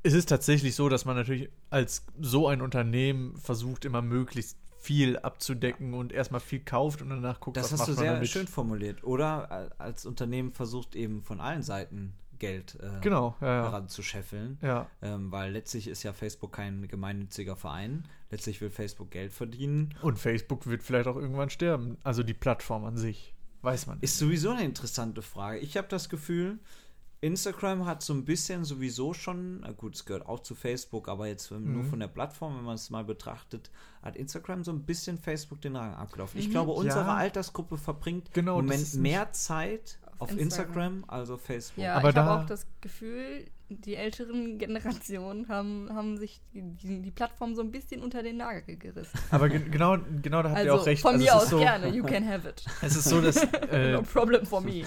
[SPEAKER 2] es ist tatsächlich so, dass man natürlich als so ein Unternehmen versucht, immer möglichst viel abzudecken und erstmal viel kauft und danach guckt, was
[SPEAKER 4] Das hast
[SPEAKER 2] macht
[SPEAKER 4] du
[SPEAKER 2] man
[SPEAKER 4] sehr
[SPEAKER 2] damit.
[SPEAKER 4] schön formuliert. Oder äh, als Unternehmen versucht eben von allen Seiten Geld äh,
[SPEAKER 2] Genau, ja, ja.
[SPEAKER 4] heranzuscheffeln.
[SPEAKER 2] ja.
[SPEAKER 4] Ähm, weil letztlich ist ja Facebook kein gemeinnütziger Verein. Letztlich will Facebook Geld verdienen.
[SPEAKER 2] Und Facebook wird vielleicht auch irgendwann sterben. Also die Plattform an sich. Weiß man nicht.
[SPEAKER 4] Ist sowieso eine interessante Frage. Ich habe das Gefühl, Instagram hat so ein bisschen sowieso schon, na gut, es gehört auch zu Facebook, aber jetzt
[SPEAKER 2] Mhm.
[SPEAKER 4] nur von der Plattform, wenn man es mal betrachtet, hat Instagram so ein bisschen Facebook den Rang abgelaufen. Ich glaube, unsere Altersgruppe verbringt
[SPEAKER 2] Mhm. Genau,
[SPEAKER 4] im
[SPEAKER 2] das
[SPEAKER 4] Moment
[SPEAKER 2] ist nicht-
[SPEAKER 4] mehr Zeit auf Instagram,
[SPEAKER 5] Instagram.
[SPEAKER 4] als auf Facebook.
[SPEAKER 5] Ja,
[SPEAKER 2] Aber
[SPEAKER 5] ich habe
[SPEAKER 2] da-
[SPEAKER 5] auch das Gefühl, die älteren Generationen haben, haben sich die, die Plattform so ein bisschen unter den Nagel gerissen.
[SPEAKER 2] Aber ge genau, genau, da habt ihr
[SPEAKER 5] Also
[SPEAKER 2] auch recht.
[SPEAKER 5] von
[SPEAKER 2] also
[SPEAKER 5] mir
[SPEAKER 2] es
[SPEAKER 5] aus
[SPEAKER 2] ist so,
[SPEAKER 5] gerne, Genau. you can have it.
[SPEAKER 2] Es ist so, dass äh,
[SPEAKER 5] No problem for me.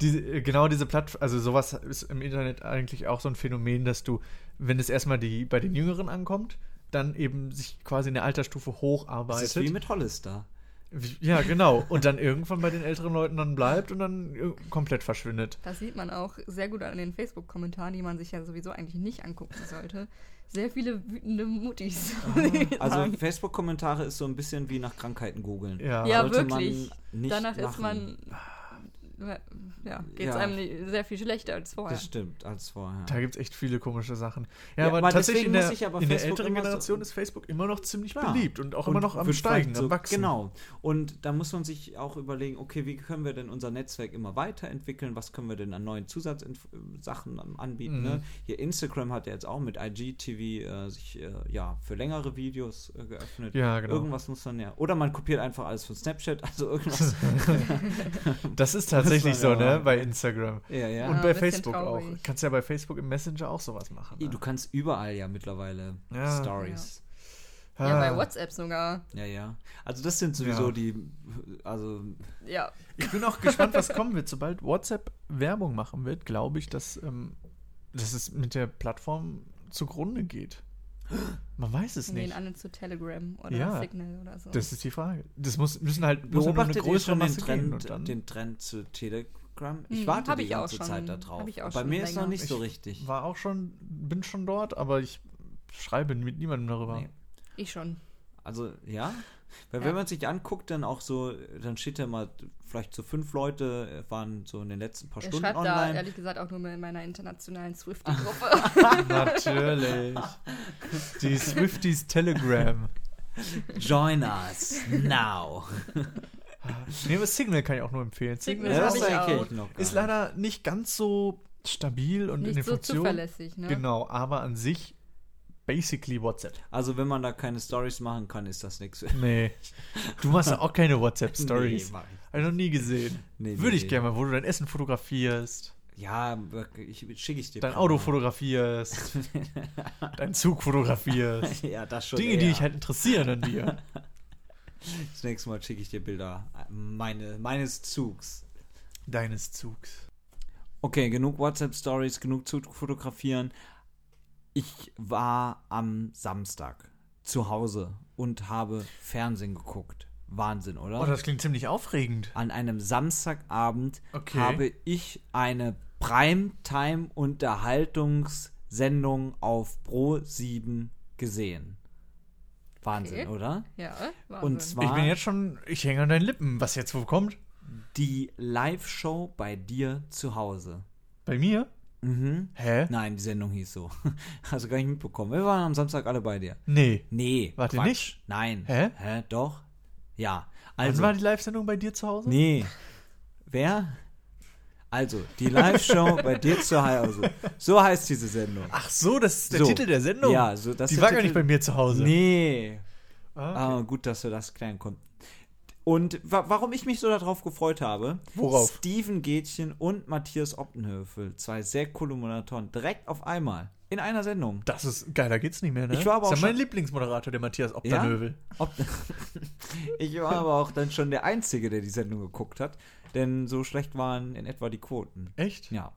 [SPEAKER 2] diese, äh, genau diese Plattform, also sowas ist im Internet eigentlich auch so ein Phänomen, dass du, wenn es erstmal die, bei den Jüngeren ankommt, dann eben sich quasi in der Altersstufe
[SPEAKER 4] Das
[SPEAKER 2] hocharbeitet.
[SPEAKER 4] ist wie mit Hollister.
[SPEAKER 2] Wie- ja, genau. Und dann irgendwann bei den älteren Leuten dann bleibt und dann äh, komplett verschwindet.
[SPEAKER 5] Das sieht man auch sehr gut an den Facebook-Kommentaren, die man sich ja sowieso eigentlich nicht angucken sollte. Sehr viele wütende Muttis. muss ich
[SPEAKER 4] Also
[SPEAKER 5] sagen.
[SPEAKER 4] Facebook-Kommentare ist so ein bisschen wie nach Krankheiten googeln.
[SPEAKER 2] Ja.
[SPEAKER 5] ja,
[SPEAKER 4] sollte man
[SPEAKER 5] wirklich.
[SPEAKER 4] nicht
[SPEAKER 5] Danach ist
[SPEAKER 4] machen.
[SPEAKER 5] man.
[SPEAKER 2] Ah.
[SPEAKER 5] Ja, geht es
[SPEAKER 4] Ja.
[SPEAKER 5] einem nicht- sehr viel schlechter als vorher.
[SPEAKER 4] Das stimmt, als vorher.
[SPEAKER 2] Da gibt es echt viele komische Sachen. Ja,
[SPEAKER 4] Ja,
[SPEAKER 2] aber,
[SPEAKER 4] aber
[SPEAKER 2] tatsächlich in
[SPEAKER 4] deswegen
[SPEAKER 2] der,
[SPEAKER 4] muss ich aber
[SPEAKER 2] in der
[SPEAKER 4] Facebook
[SPEAKER 2] älteren
[SPEAKER 4] immer so-
[SPEAKER 2] Generation ist Facebook immer noch ziemlich
[SPEAKER 4] Klar.
[SPEAKER 2] beliebt und auch
[SPEAKER 4] Und
[SPEAKER 2] immer noch am
[SPEAKER 4] wird
[SPEAKER 2] Steigen,
[SPEAKER 4] vielleicht
[SPEAKER 2] am Wachsen.
[SPEAKER 4] Genau. Und da muss man sich auch überlegen, okay, wie können wir denn unser Netzwerk immer weiterentwickeln? Was können wir denn an neuen Zusatzsachen anbieten?
[SPEAKER 2] Mhm.
[SPEAKER 4] Ne? Hier Instagram hat ja jetzt auch mit IGTV äh, sich äh, ja für längere Videos äh, geöffnet.
[SPEAKER 2] Ja, genau.
[SPEAKER 4] Irgendwas muss man ja. Oder man kopiert einfach alles von Snapchat, also irgendwas.
[SPEAKER 2] Das ist tatsächlich
[SPEAKER 4] Das war
[SPEAKER 2] so,
[SPEAKER 4] ja
[SPEAKER 2] ne?
[SPEAKER 4] wahr.
[SPEAKER 2] Bei Instagram.
[SPEAKER 4] ja, ja.
[SPEAKER 2] und bei
[SPEAKER 5] Ja, ein bisschen
[SPEAKER 2] Facebook auch.
[SPEAKER 5] traurig.
[SPEAKER 2] Kannst ja bei Facebook im Messenger auch sowas machen. Ne?
[SPEAKER 4] Du kannst überall ja mittlerweile
[SPEAKER 2] Ja.
[SPEAKER 4] Stories.
[SPEAKER 5] Ja,
[SPEAKER 2] Ah.
[SPEAKER 5] bei WhatsApp sogar.
[SPEAKER 4] Ja. ja, Also das sind sowieso
[SPEAKER 2] Ja.
[SPEAKER 4] die, also
[SPEAKER 5] Ja,
[SPEAKER 2] Ich bin auch gespannt, was kommen wird. Sobald WhatsApp Werbung machen wird, glaube ich, dass, ähm, dass es mit der Plattform zugrunde geht. Man weiß es
[SPEAKER 5] dann gehen
[SPEAKER 2] nicht.
[SPEAKER 5] alle zu Telegram oder
[SPEAKER 2] Ja.
[SPEAKER 5] Signal oder so.
[SPEAKER 2] Das ist die Frage. Das muss, müssen halt muss nur eine
[SPEAKER 4] Beobachtet ihr
[SPEAKER 2] größere
[SPEAKER 4] schon den
[SPEAKER 2] Masse gehen und
[SPEAKER 4] Trend,
[SPEAKER 2] dann
[SPEAKER 4] den Trend zu Telegram? Ich
[SPEAKER 5] Hm,
[SPEAKER 4] warte
[SPEAKER 5] hab
[SPEAKER 4] die
[SPEAKER 5] ich auch
[SPEAKER 4] ganze
[SPEAKER 5] schon.
[SPEAKER 4] Zeit da drauf.
[SPEAKER 5] Hab ich auch
[SPEAKER 4] Bei
[SPEAKER 5] schon
[SPEAKER 4] mir ist noch
[SPEAKER 5] länger.
[SPEAKER 4] nicht so richtig.
[SPEAKER 2] war auch schon, bin schon dort, aber ich schreibe mit niemandem darüber.
[SPEAKER 4] Nee.
[SPEAKER 5] Ich schon.
[SPEAKER 4] Also, ja. Weil
[SPEAKER 5] Ja.
[SPEAKER 4] wenn man sich anguckt, dann auch so, dann steht da mal, vielleicht so fünf Leute waren so in den letzten paar
[SPEAKER 5] Ich
[SPEAKER 4] Stunden
[SPEAKER 5] schreibe da
[SPEAKER 4] online.
[SPEAKER 5] ehrlich gesagt auch nur in meiner internationalen Swifty-Gruppe.
[SPEAKER 2] Natürlich. Die Swifties Telegram.
[SPEAKER 4] Join us now.
[SPEAKER 2] Nee, aber Signal kann ich auch nur empfehlen.
[SPEAKER 5] Signal
[SPEAKER 4] ja,
[SPEAKER 5] hab
[SPEAKER 4] das
[SPEAKER 5] ich
[SPEAKER 4] sag
[SPEAKER 5] auch.
[SPEAKER 4] ich noch gar
[SPEAKER 2] Ist leider nicht ganz so stabil und in den
[SPEAKER 5] Nicht so
[SPEAKER 2] Funktionen.
[SPEAKER 5] zuverlässig, ne?
[SPEAKER 2] Genau, aber an sich basically WhatsApp.
[SPEAKER 4] nicht. Also, wenn man da keine Stories machen kann, ist das nichts.
[SPEAKER 2] Nee. Du machst ja auch keine
[SPEAKER 4] Nee,
[SPEAKER 2] WhatsApp-Stories.
[SPEAKER 4] mach
[SPEAKER 2] Habe ich noch nie gesehen.
[SPEAKER 4] Nee, nee,
[SPEAKER 2] Würde ich
[SPEAKER 4] nee.
[SPEAKER 2] gerne mal, wo du dein Essen fotografierst,
[SPEAKER 4] ich. Ja, ich, schicke ich dir.
[SPEAKER 2] dein
[SPEAKER 4] privat.
[SPEAKER 2] Auto fotografierst, deinen Zug fotografierst.
[SPEAKER 4] Ja, das schon.
[SPEAKER 2] Dinge, die
[SPEAKER 4] eher.
[SPEAKER 2] dich halt interessieren an dir.
[SPEAKER 4] Das nächste Mal schicke ich dir Bilder äh, meine, meines Zugs.
[SPEAKER 2] Deines Zugs.
[SPEAKER 4] Okay, genug WhatsApp-Stories, genug zu fotografieren. Ich war am Samstag zu Hause und habe Fernsehen geguckt. Wahnsinn, oder?
[SPEAKER 2] Oh, das klingt ziemlich aufregend.
[SPEAKER 4] An einem Samstagabend
[SPEAKER 2] Okay.
[SPEAKER 4] habe ich eine Primetime-Unterhaltungssendung auf Pro 7 gesehen. Wahnsinn,
[SPEAKER 5] Okay.
[SPEAKER 4] oder?
[SPEAKER 5] ja, äh, Wahnsinn.
[SPEAKER 4] Und zwar
[SPEAKER 2] Ich bin jetzt schon, ich hänge an deinen Lippen, was jetzt wohl kommt.
[SPEAKER 4] die Live-Show bei dir zu Hause.
[SPEAKER 2] Bei mir? Hä?
[SPEAKER 4] Mhm. Nein, die Sendung hieß so. Hast du gar nicht mitbekommen. Wir waren am Samstag alle bei dir.
[SPEAKER 2] Nee.
[SPEAKER 4] Nee.
[SPEAKER 2] Wart ihr
[SPEAKER 4] Quatsch.
[SPEAKER 2] nicht?
[SPEAKER 4] Nein.
[SPEAKER 2] Hä?
[SPEAKER 4] Hä? Doch? Ja.
[SPEAKER 2] Also
[SPEAKER 4] Also.
[SPEAKER 2] war die Live-Sendung bei dir zu Hause?
[SPEAKER 4] Nee. Wer? Also, die Live-Show bei dir zu Hause. So heißt diese Sendung.
[SPEAKER 2] Ach so, das ist der
[SPEAKER 4] So.
[SPEAKER 2] Titel der Sendung.
[SPEAKER 4] Ja, so, das
[SPEAKER 2] die
[SPEAKER 4] ist
[SPEAKER 2] war
[SPEAKER 4] der
[SPEAKER 2] gar nicht
[SPEAKER 4] Titel-
[SPEAKER 2] bei mir zu Hause.
[SPEAKER 4] Nee.
[SPEAKER 2] Ah,
[SPEAKER 4] Ah, gut, dass wir das klären konnten. Und wa warum ich mich so darauf gefreut habe,
[SPEAKER 2] Worauf?
[SPEAKER 4] Steven Gätchen und Matthias Optenhöfel, zwei sehr coole Moderatoren, direkt auf einmal in einer Sendung.
[SPEAKER 2] Das ist geiler geht's nicht mehr, ne?
[SPEAKER 4] Ich war aber
[SPEAKER 2] ist
[SPEAKER 4] auch
[SPEAKER 2] ja mein
[SPEAKER 4] schon-
[SPEAKER 2] Lieblingsmoderator, der Matthias
[SPEAKER 4] Ja?
[SPEAKER 2] Obdernövel.
[SPEAKER 4] Ob ich war aber auch dann schon der Einzige, der die Sendung geguckt hat, denn so schlecht waren in etwa die Quoten.
[SPEAKER 2] Echt?
[SPEAKER 4] Ja.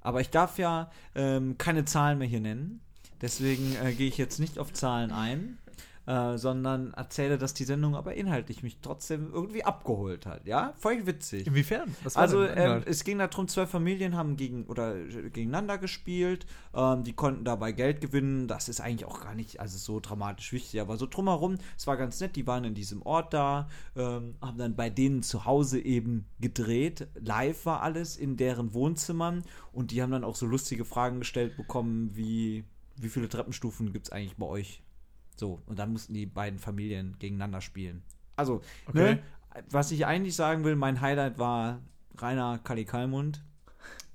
[SPEAKER 4] Aber ich darf ja ähm, keine Zahlen mehr hier nennen. Deswegen äh, gehe ich jetzt nicht auf Zahlen ein, äh, sondern erzähle, dass die Sendung aber inhaltlich mich trotzdem irgendwie abgeholt hat. Ja, voll witzig.
[SPEAKER 2] Inwiefern? Was war
[SPEAKER 4] Also
[SPEAKER 2] denn der
[SPEAKER 4] ähm,
[SPEAKER 2] Inhalt?
[SPEAKER 4] es ging darum, zwei Familien haben gegen oder äh, gegeneinander gespielt. Ähm, die konnten dabei Geld gewinnen. Das ist eigentlich auch gar nicht also so dramatisch wichtig, aber so drumherum. Es war ganz nett. Die waren in diesem Ort da, ähm, haben dann bei denen zu Hause eben gedreht. Live war alles in deren Wohnzimmern und die haben dann auch so lustige Fragen gestellt bekommen, wie wie viele Treppenstufen gibt es eigentlich bei euch? So und dann mussten die beiden Familien gegeneinander spielen. Also
[SPEAKER 2] Okay.
[SPEAKER 4] ne, was ich eigentlich sagen will, mein Highlight war Rainer Kalikalmund.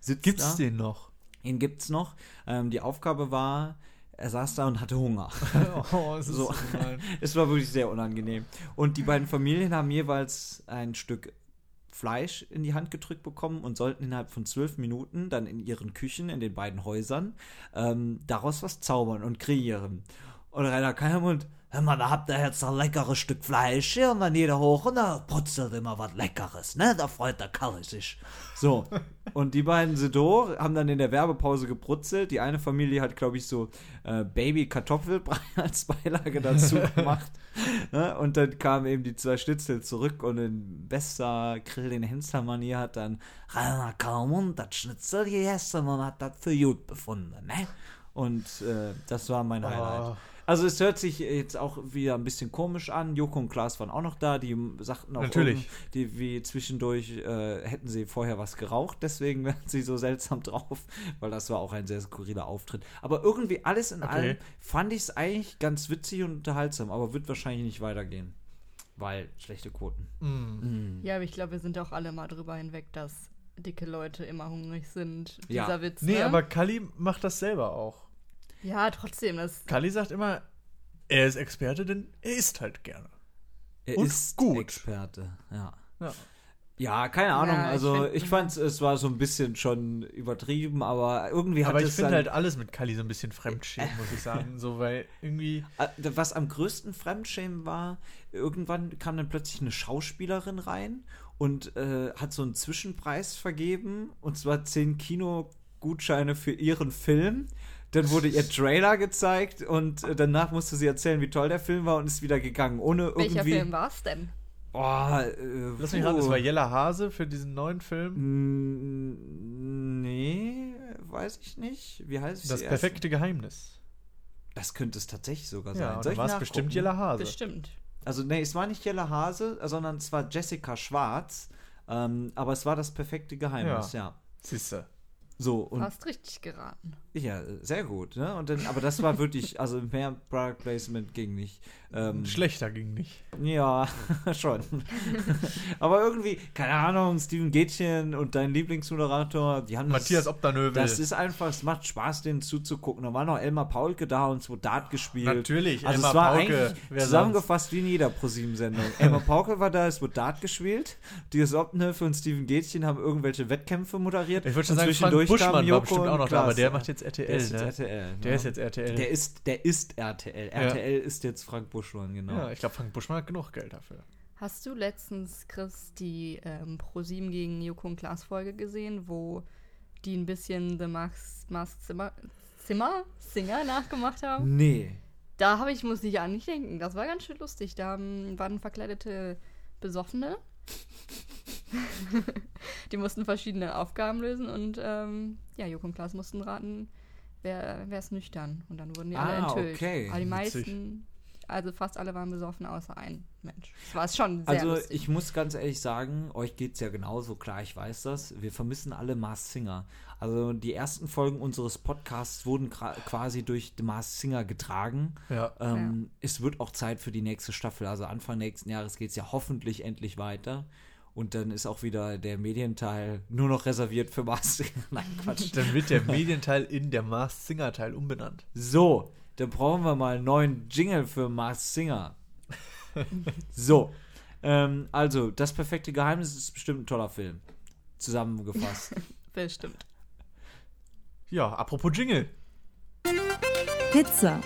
[SPEAKER 4] Sitzt
[SPEAKER 2] Gibt's
[SPEAKER 4] da.
[SPEAKER 2] den noch?
[SPEAKER 4] Ihn gibt's noch. Ähm, die Aufgabe war, er saß da und hatte Hunger.
[SPEAKER 2] Oh, es ist
[SPEAKER 4] So.
[SPEAKER 2] gemein.
[SPEAKER 4] es war wirklich sehr unangenehm. Und die beiden Familien haben jeweils ein Stück Fleisch in die Hand gedrückt bekommen und sollten innerhalb von zwölf Minuten dann in ihren Küchen, in den beiden Häusern, ähm, daraus was zaubern und kreieren. Und Rainer Kalmund, hör mal, da habt ihr jetzt ein leckeres Stück Fleisch, hier und dann jeder hoch und da putzelt immer was Leckeres, ne? Da freut der Kalle sich. So. Und die beiden sind hoch, haben dann in der Werbepause gebrutzelt. Die eine Familie hat, glaube ich, so äh, Baby-Kartoffelbrei als Beilage dazu gemacht. Ne? Und dann kamen eben die zwei Schnitzel zurück und in bester Grill in Hensler-Manier hat dann Rainer Kalmund das Schnitzel gegessen und hat das für gut befunden. Ne? Und äh, das war mein Highlight. Also es hört sich jetzt auch wieder ein bisschen komisch an. Joko und Klaas waren auch noch da, die sagten auch
[SPEAKER 2] Natürlich.
[SPEAKER 4] irgend- die, wie zwischendurch äh, hätten sie vorher was geraucht, deswegen wären sie so seltsam drauf, weil das war auch ein sehr skurriler Auftritt. Aber irgendwie alles in allem fand ich es eigentlich ganz witzig und unterhaltsam, aber wird wahrscheinlich nicht weitergehen. Weil schlechte Quoten.
[SPEAKER 5] Ja, aber ich glaube, wir sind auch alle mal drüber hinweg, dass dicke Leute immer hungrig sind.
[SPEAKER 4] Ja.
[SPEAKER 5] Dieser Witz.
[SPEAKER 2] Nee,
[SPEAKER 5] ne?
[SPEAKER 2] aber Kali macht das selber auch.
[SPEAKER 5] Ja, trotzdem, das.
[SPEAKER 2] Kali sagt immer, er ist Experte, denn er isst halt gerne.
[SPEAKER 4] Er
[SPEAKER 2] Und
[SPEAKER 4] ist
[SPEAKER 2] gut.
[SPEAKER 4] Experte, ja.
[SPEAKER 2] Ja.
[SPEAKER 4] Ja, keine Ahnung.
[SPEAKER 5] Ja, ich
[SPEAKER 4] also
[SPEAKER 5] find-
[SPEAKER 4] ich fand es war so ein bisschen schon übertrieben, aber irgendwie hat
[SPEAKER 2] Aber ich
[SPEAKER 4] es dann,
[SPEAKER 2] finde halt alles mit Kali so ein bisschen fremdschämen, muss ich sagen. So, weil irgendwie.
[SPEAKER 4] Äh, Was am größten Fremdschämen war, irgendwann kam dann plötzlich eine Schauspielerin rein und äh, hat so einen Zwischenpreis vergeben, und zwar 10 Kinogutscheine für ihren Film. Dann wurde ihr Trailer gezeigt und äh, danach musste sie erzählen, wie toll der Film war und ist wieder gegangen, ohne irgendwie.
[SPEAKER 5] Welcher Film war es denn?
[SPEAKER 4] Oh, äh,
[SPEAKER 2] Lass mich raten, es
[SPEAKER 4] puh. Hm.
[SPEAKER 2] war Jella Hase für diesen neuen Film.
[SPEAKER 4] Mm, Nee, weiß ich nicht. Wie heißt
[SPEAKER 2] Das
[SPEAKER 4] sie erst?
[SPEAKER 2] perfekte Geheimnis.
[SPEAKER 4] Das könnte es tatsächlich sogar sein.
[SPEAKER 2] Ja, und dann
[SPEAKER 4] Soll ich
[SPEAKER 2] war es
[SPEAKER 4] nachgucken?
[SPEAKER 2] bestimmt Jella Hase.
[SPEAKER 5] Bestimmt.
[SPEAKER 4] Also, nee, es war nicht Jelle Hase, sondern es war Jessica Schwarz. Ähm, aber es war das perfekte Geheimnis, ja.
[SPEAKER 2] Siehste.
[SPEAKER 4] So, und
[SPEAKER 5] Hast richtig geraten.
[SPEAKER 4] ja, sehr gut, ne? Und dann, aber das war wirklich, also mehr Product Placement ging nicht. Ähm,
[SPEAKER 2] Schlechter ging nicht.
[SPEAKER 4] ja, schon. aber irgendwie, keine Ahnung, Steven Gätchen und dein Lieblingsmoderator, die haben
[SPEAKER 2] Matthias
[SPEAKER 4] das.
[SPEAKER 2] Obdanövel.
[SPEAKER 4] Das ist einfach, es macht Spaß, denen zuzugucken. Da war noch Elmar Paulke da und es wurde Dart gespielt.
[SPEAKER 2] Natürlich,
[SPEAKER 4] also es
[SPEAKER 2] Elmar
[SPEAKER 4] war
[SPEAKER 2] Paulke,
[SPEAKER 4] eigentlich
[SPEAKER 2] wer
[SPEAKER 4] zusammengefasst wie in jeder ProSieben-Sendung. Elmar Paulke war da, es wurde Dart gespielt. Dias Optenhöfe und Steven Gätchen haben irgendwelche Wettkämpfe moderiert.
[SPEAKER 2] ich würde
[SPEAKER 4] Und
[SPEAKER 2] schon sagen, Frank
[SPEAKER 4] zwischendurch
[SPEAKER 2] Buschmann
[SPEAKER 4] kamen
[SPEAKER 2] war
[SPEAKER 4] Joko
[SPEAKER 2] bestimmt auch
[SPEAKER 4] und
[SPEAKER 2] noch da, aber
[SPEAKER 4] Klaas,
[SPEAKER 2] der
[SPEAKER 4] ja.
[SPEAKER 2] macht jetzt RTL,
[SPEAKER 4] Der ist jetzt
[SPEAKER 2] ne?
[SPEAKER 4] RTL.
[SPEAKER 2] Der
[SPEAKER 4] ne?
[SPEAKER 2] ist jetzt RTL.
[SPEAKER 4] Der ist, der ist RTL. RTL ist jetzt Frank Buschmann, genau.
[SPEAKER 2] ja, ich glaube, Frank Buschmann hat genug Geld dafür.
[SPEAKER 5] Hast du letztens, Chris, die ähm, ProSieben gegen Joko und Klaas Folge gesehen, wo die ein bisschen The Max, Max Zimmer, Zimmer Singer nachgemacht haben?
[SPEAKER 4] Nee.
[SPEAKER 5] Da habe ich, muss ich an nicht denken. Das war ganz schön lustig. Da haben, waren verkleidete Besoffene. die mussten verschiedene Aufgaben lösen und ähm, ja, Joko und Klaas mussten raten, wer, wer ist nüchtern. Und dann wurden die alle
[SPEAKER 4] Ah,
[SPEAKER 5] enthüllt.
[SPEAKER 4] okay.
[SPEAKER 5] Aber die
[SPEAKER 2] Witzig.
[SPEAKER 5] meisten Also fast alle waren besoffen, außer ein Mensch. Das war schon sehr
[SPEAKER 4] Also
[SPEAKER 5] lustig.
[SPEAKER 4] ich muss ganz ehrlich sagen, euch geht's ja genauso, klar, ich weiß das. Wir vermissen alle Mars Singer. Also die ersten Folgen unseres Podcasts wurden gra- quasi durch The Mars Singer getragen.
[SPEAKER 2] Ja.
[SPEAKER 4] Ähm, Es wird auch Zeit für die nächste Staffel. Also Anfang nächsten Jahres geht's ja hoffentlich endlich weiter. Und dann ist auch wieder der Medienteil nur noch reserviert für Mars Singer. Nein, Quatsch.
[SPEAKER 2] Dann wird der Medienteil in der Mars Singer Teil umbenannt.
[SPEAKER 4] So, dann brauchen wir mal einen neuen Jingle für Mars Singer. so, ähm, also, Das perfekte Geheimnis ist bestimmt ein toller Film. Zusammengefasst.
[SPEAKER 5] Bestimmt.
[SPEAKER 2] Ja, apropos Jingle.
[SPEAKER 3] Pizza.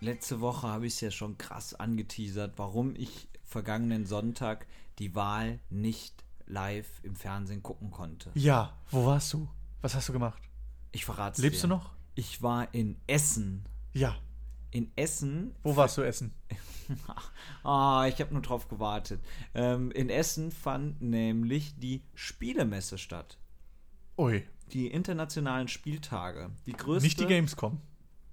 [SPEAKER 4] Letzte Woche habe ich es ja schon krass angeteasert, warum ich vergangenen Sonntag die Wahl nicht live im Fernsehen gucken konnte.
[SPEAKER 2] Ja, wo warst du? Was hast du gemacht?
[SPEAKER 4] Ich verrate
[SPEAKER 2] Lebst du noch?
[SPEAKER 4] Ich war in Essen.
[SPEAKER 2] Ja.
[SPEAKER 4] In Essen
[SPEAKER 2] Wo warst du essen?
[SPEAKER 4] Ah, ich habe nur drauf gewartet. Ähm, in Essen fand nämlich die Spielemesse statt.
[SPEAKER 2] Ui,
[SPEAKER 4] Die internationalen Spieltage. Die größte.
[SPEAKER 2] nicht die Gamescom.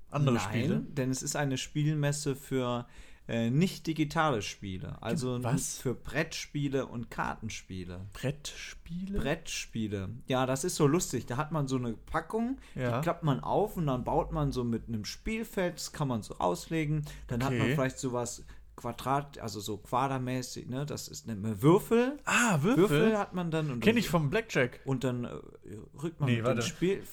[SPEAKER 2] Andere
[SPEAKER 4] Nein,
[SPEAKER 2] Spiele.
[SPEAKER 4] denn es ist eine Spielmesse für äh, nicht digitale Spiele. Also
[SPEAKER 2] Was?
[SPEAKER 4] für Brettspiele und Kartenspiele.
[SPEAKER 2] Brettspiele?
[SPEAKER 4] Brettspiele. Ja, das ist so lustig. Da hat man so eine Packung,
[SPEAKER 2] Ja.
[SPEAKER 4] die klappt man auf und dann baut man so mit einem Spielfeld, das kann man so auslegen. Dann hat man
[SPEAKER 2] Okay.
[SPEAKER 4] vielleicht sowas Quadrat, also so quadermäßig, ne? Das ist nennt man Würfel.
[SPEAKER 2] ah, Würfel.
[SPEAKER 4] Würfel, hat man dann und
[SPEAKER 2] Kenne ich vom Blackjack.
[SPEAKER 4] und dann äh, rückt man
[SPEAKER 2] Nee,
[SPEAKER 4] mit
[SPEAKER 2] warte.
[SPEAKER 4] dem Spiel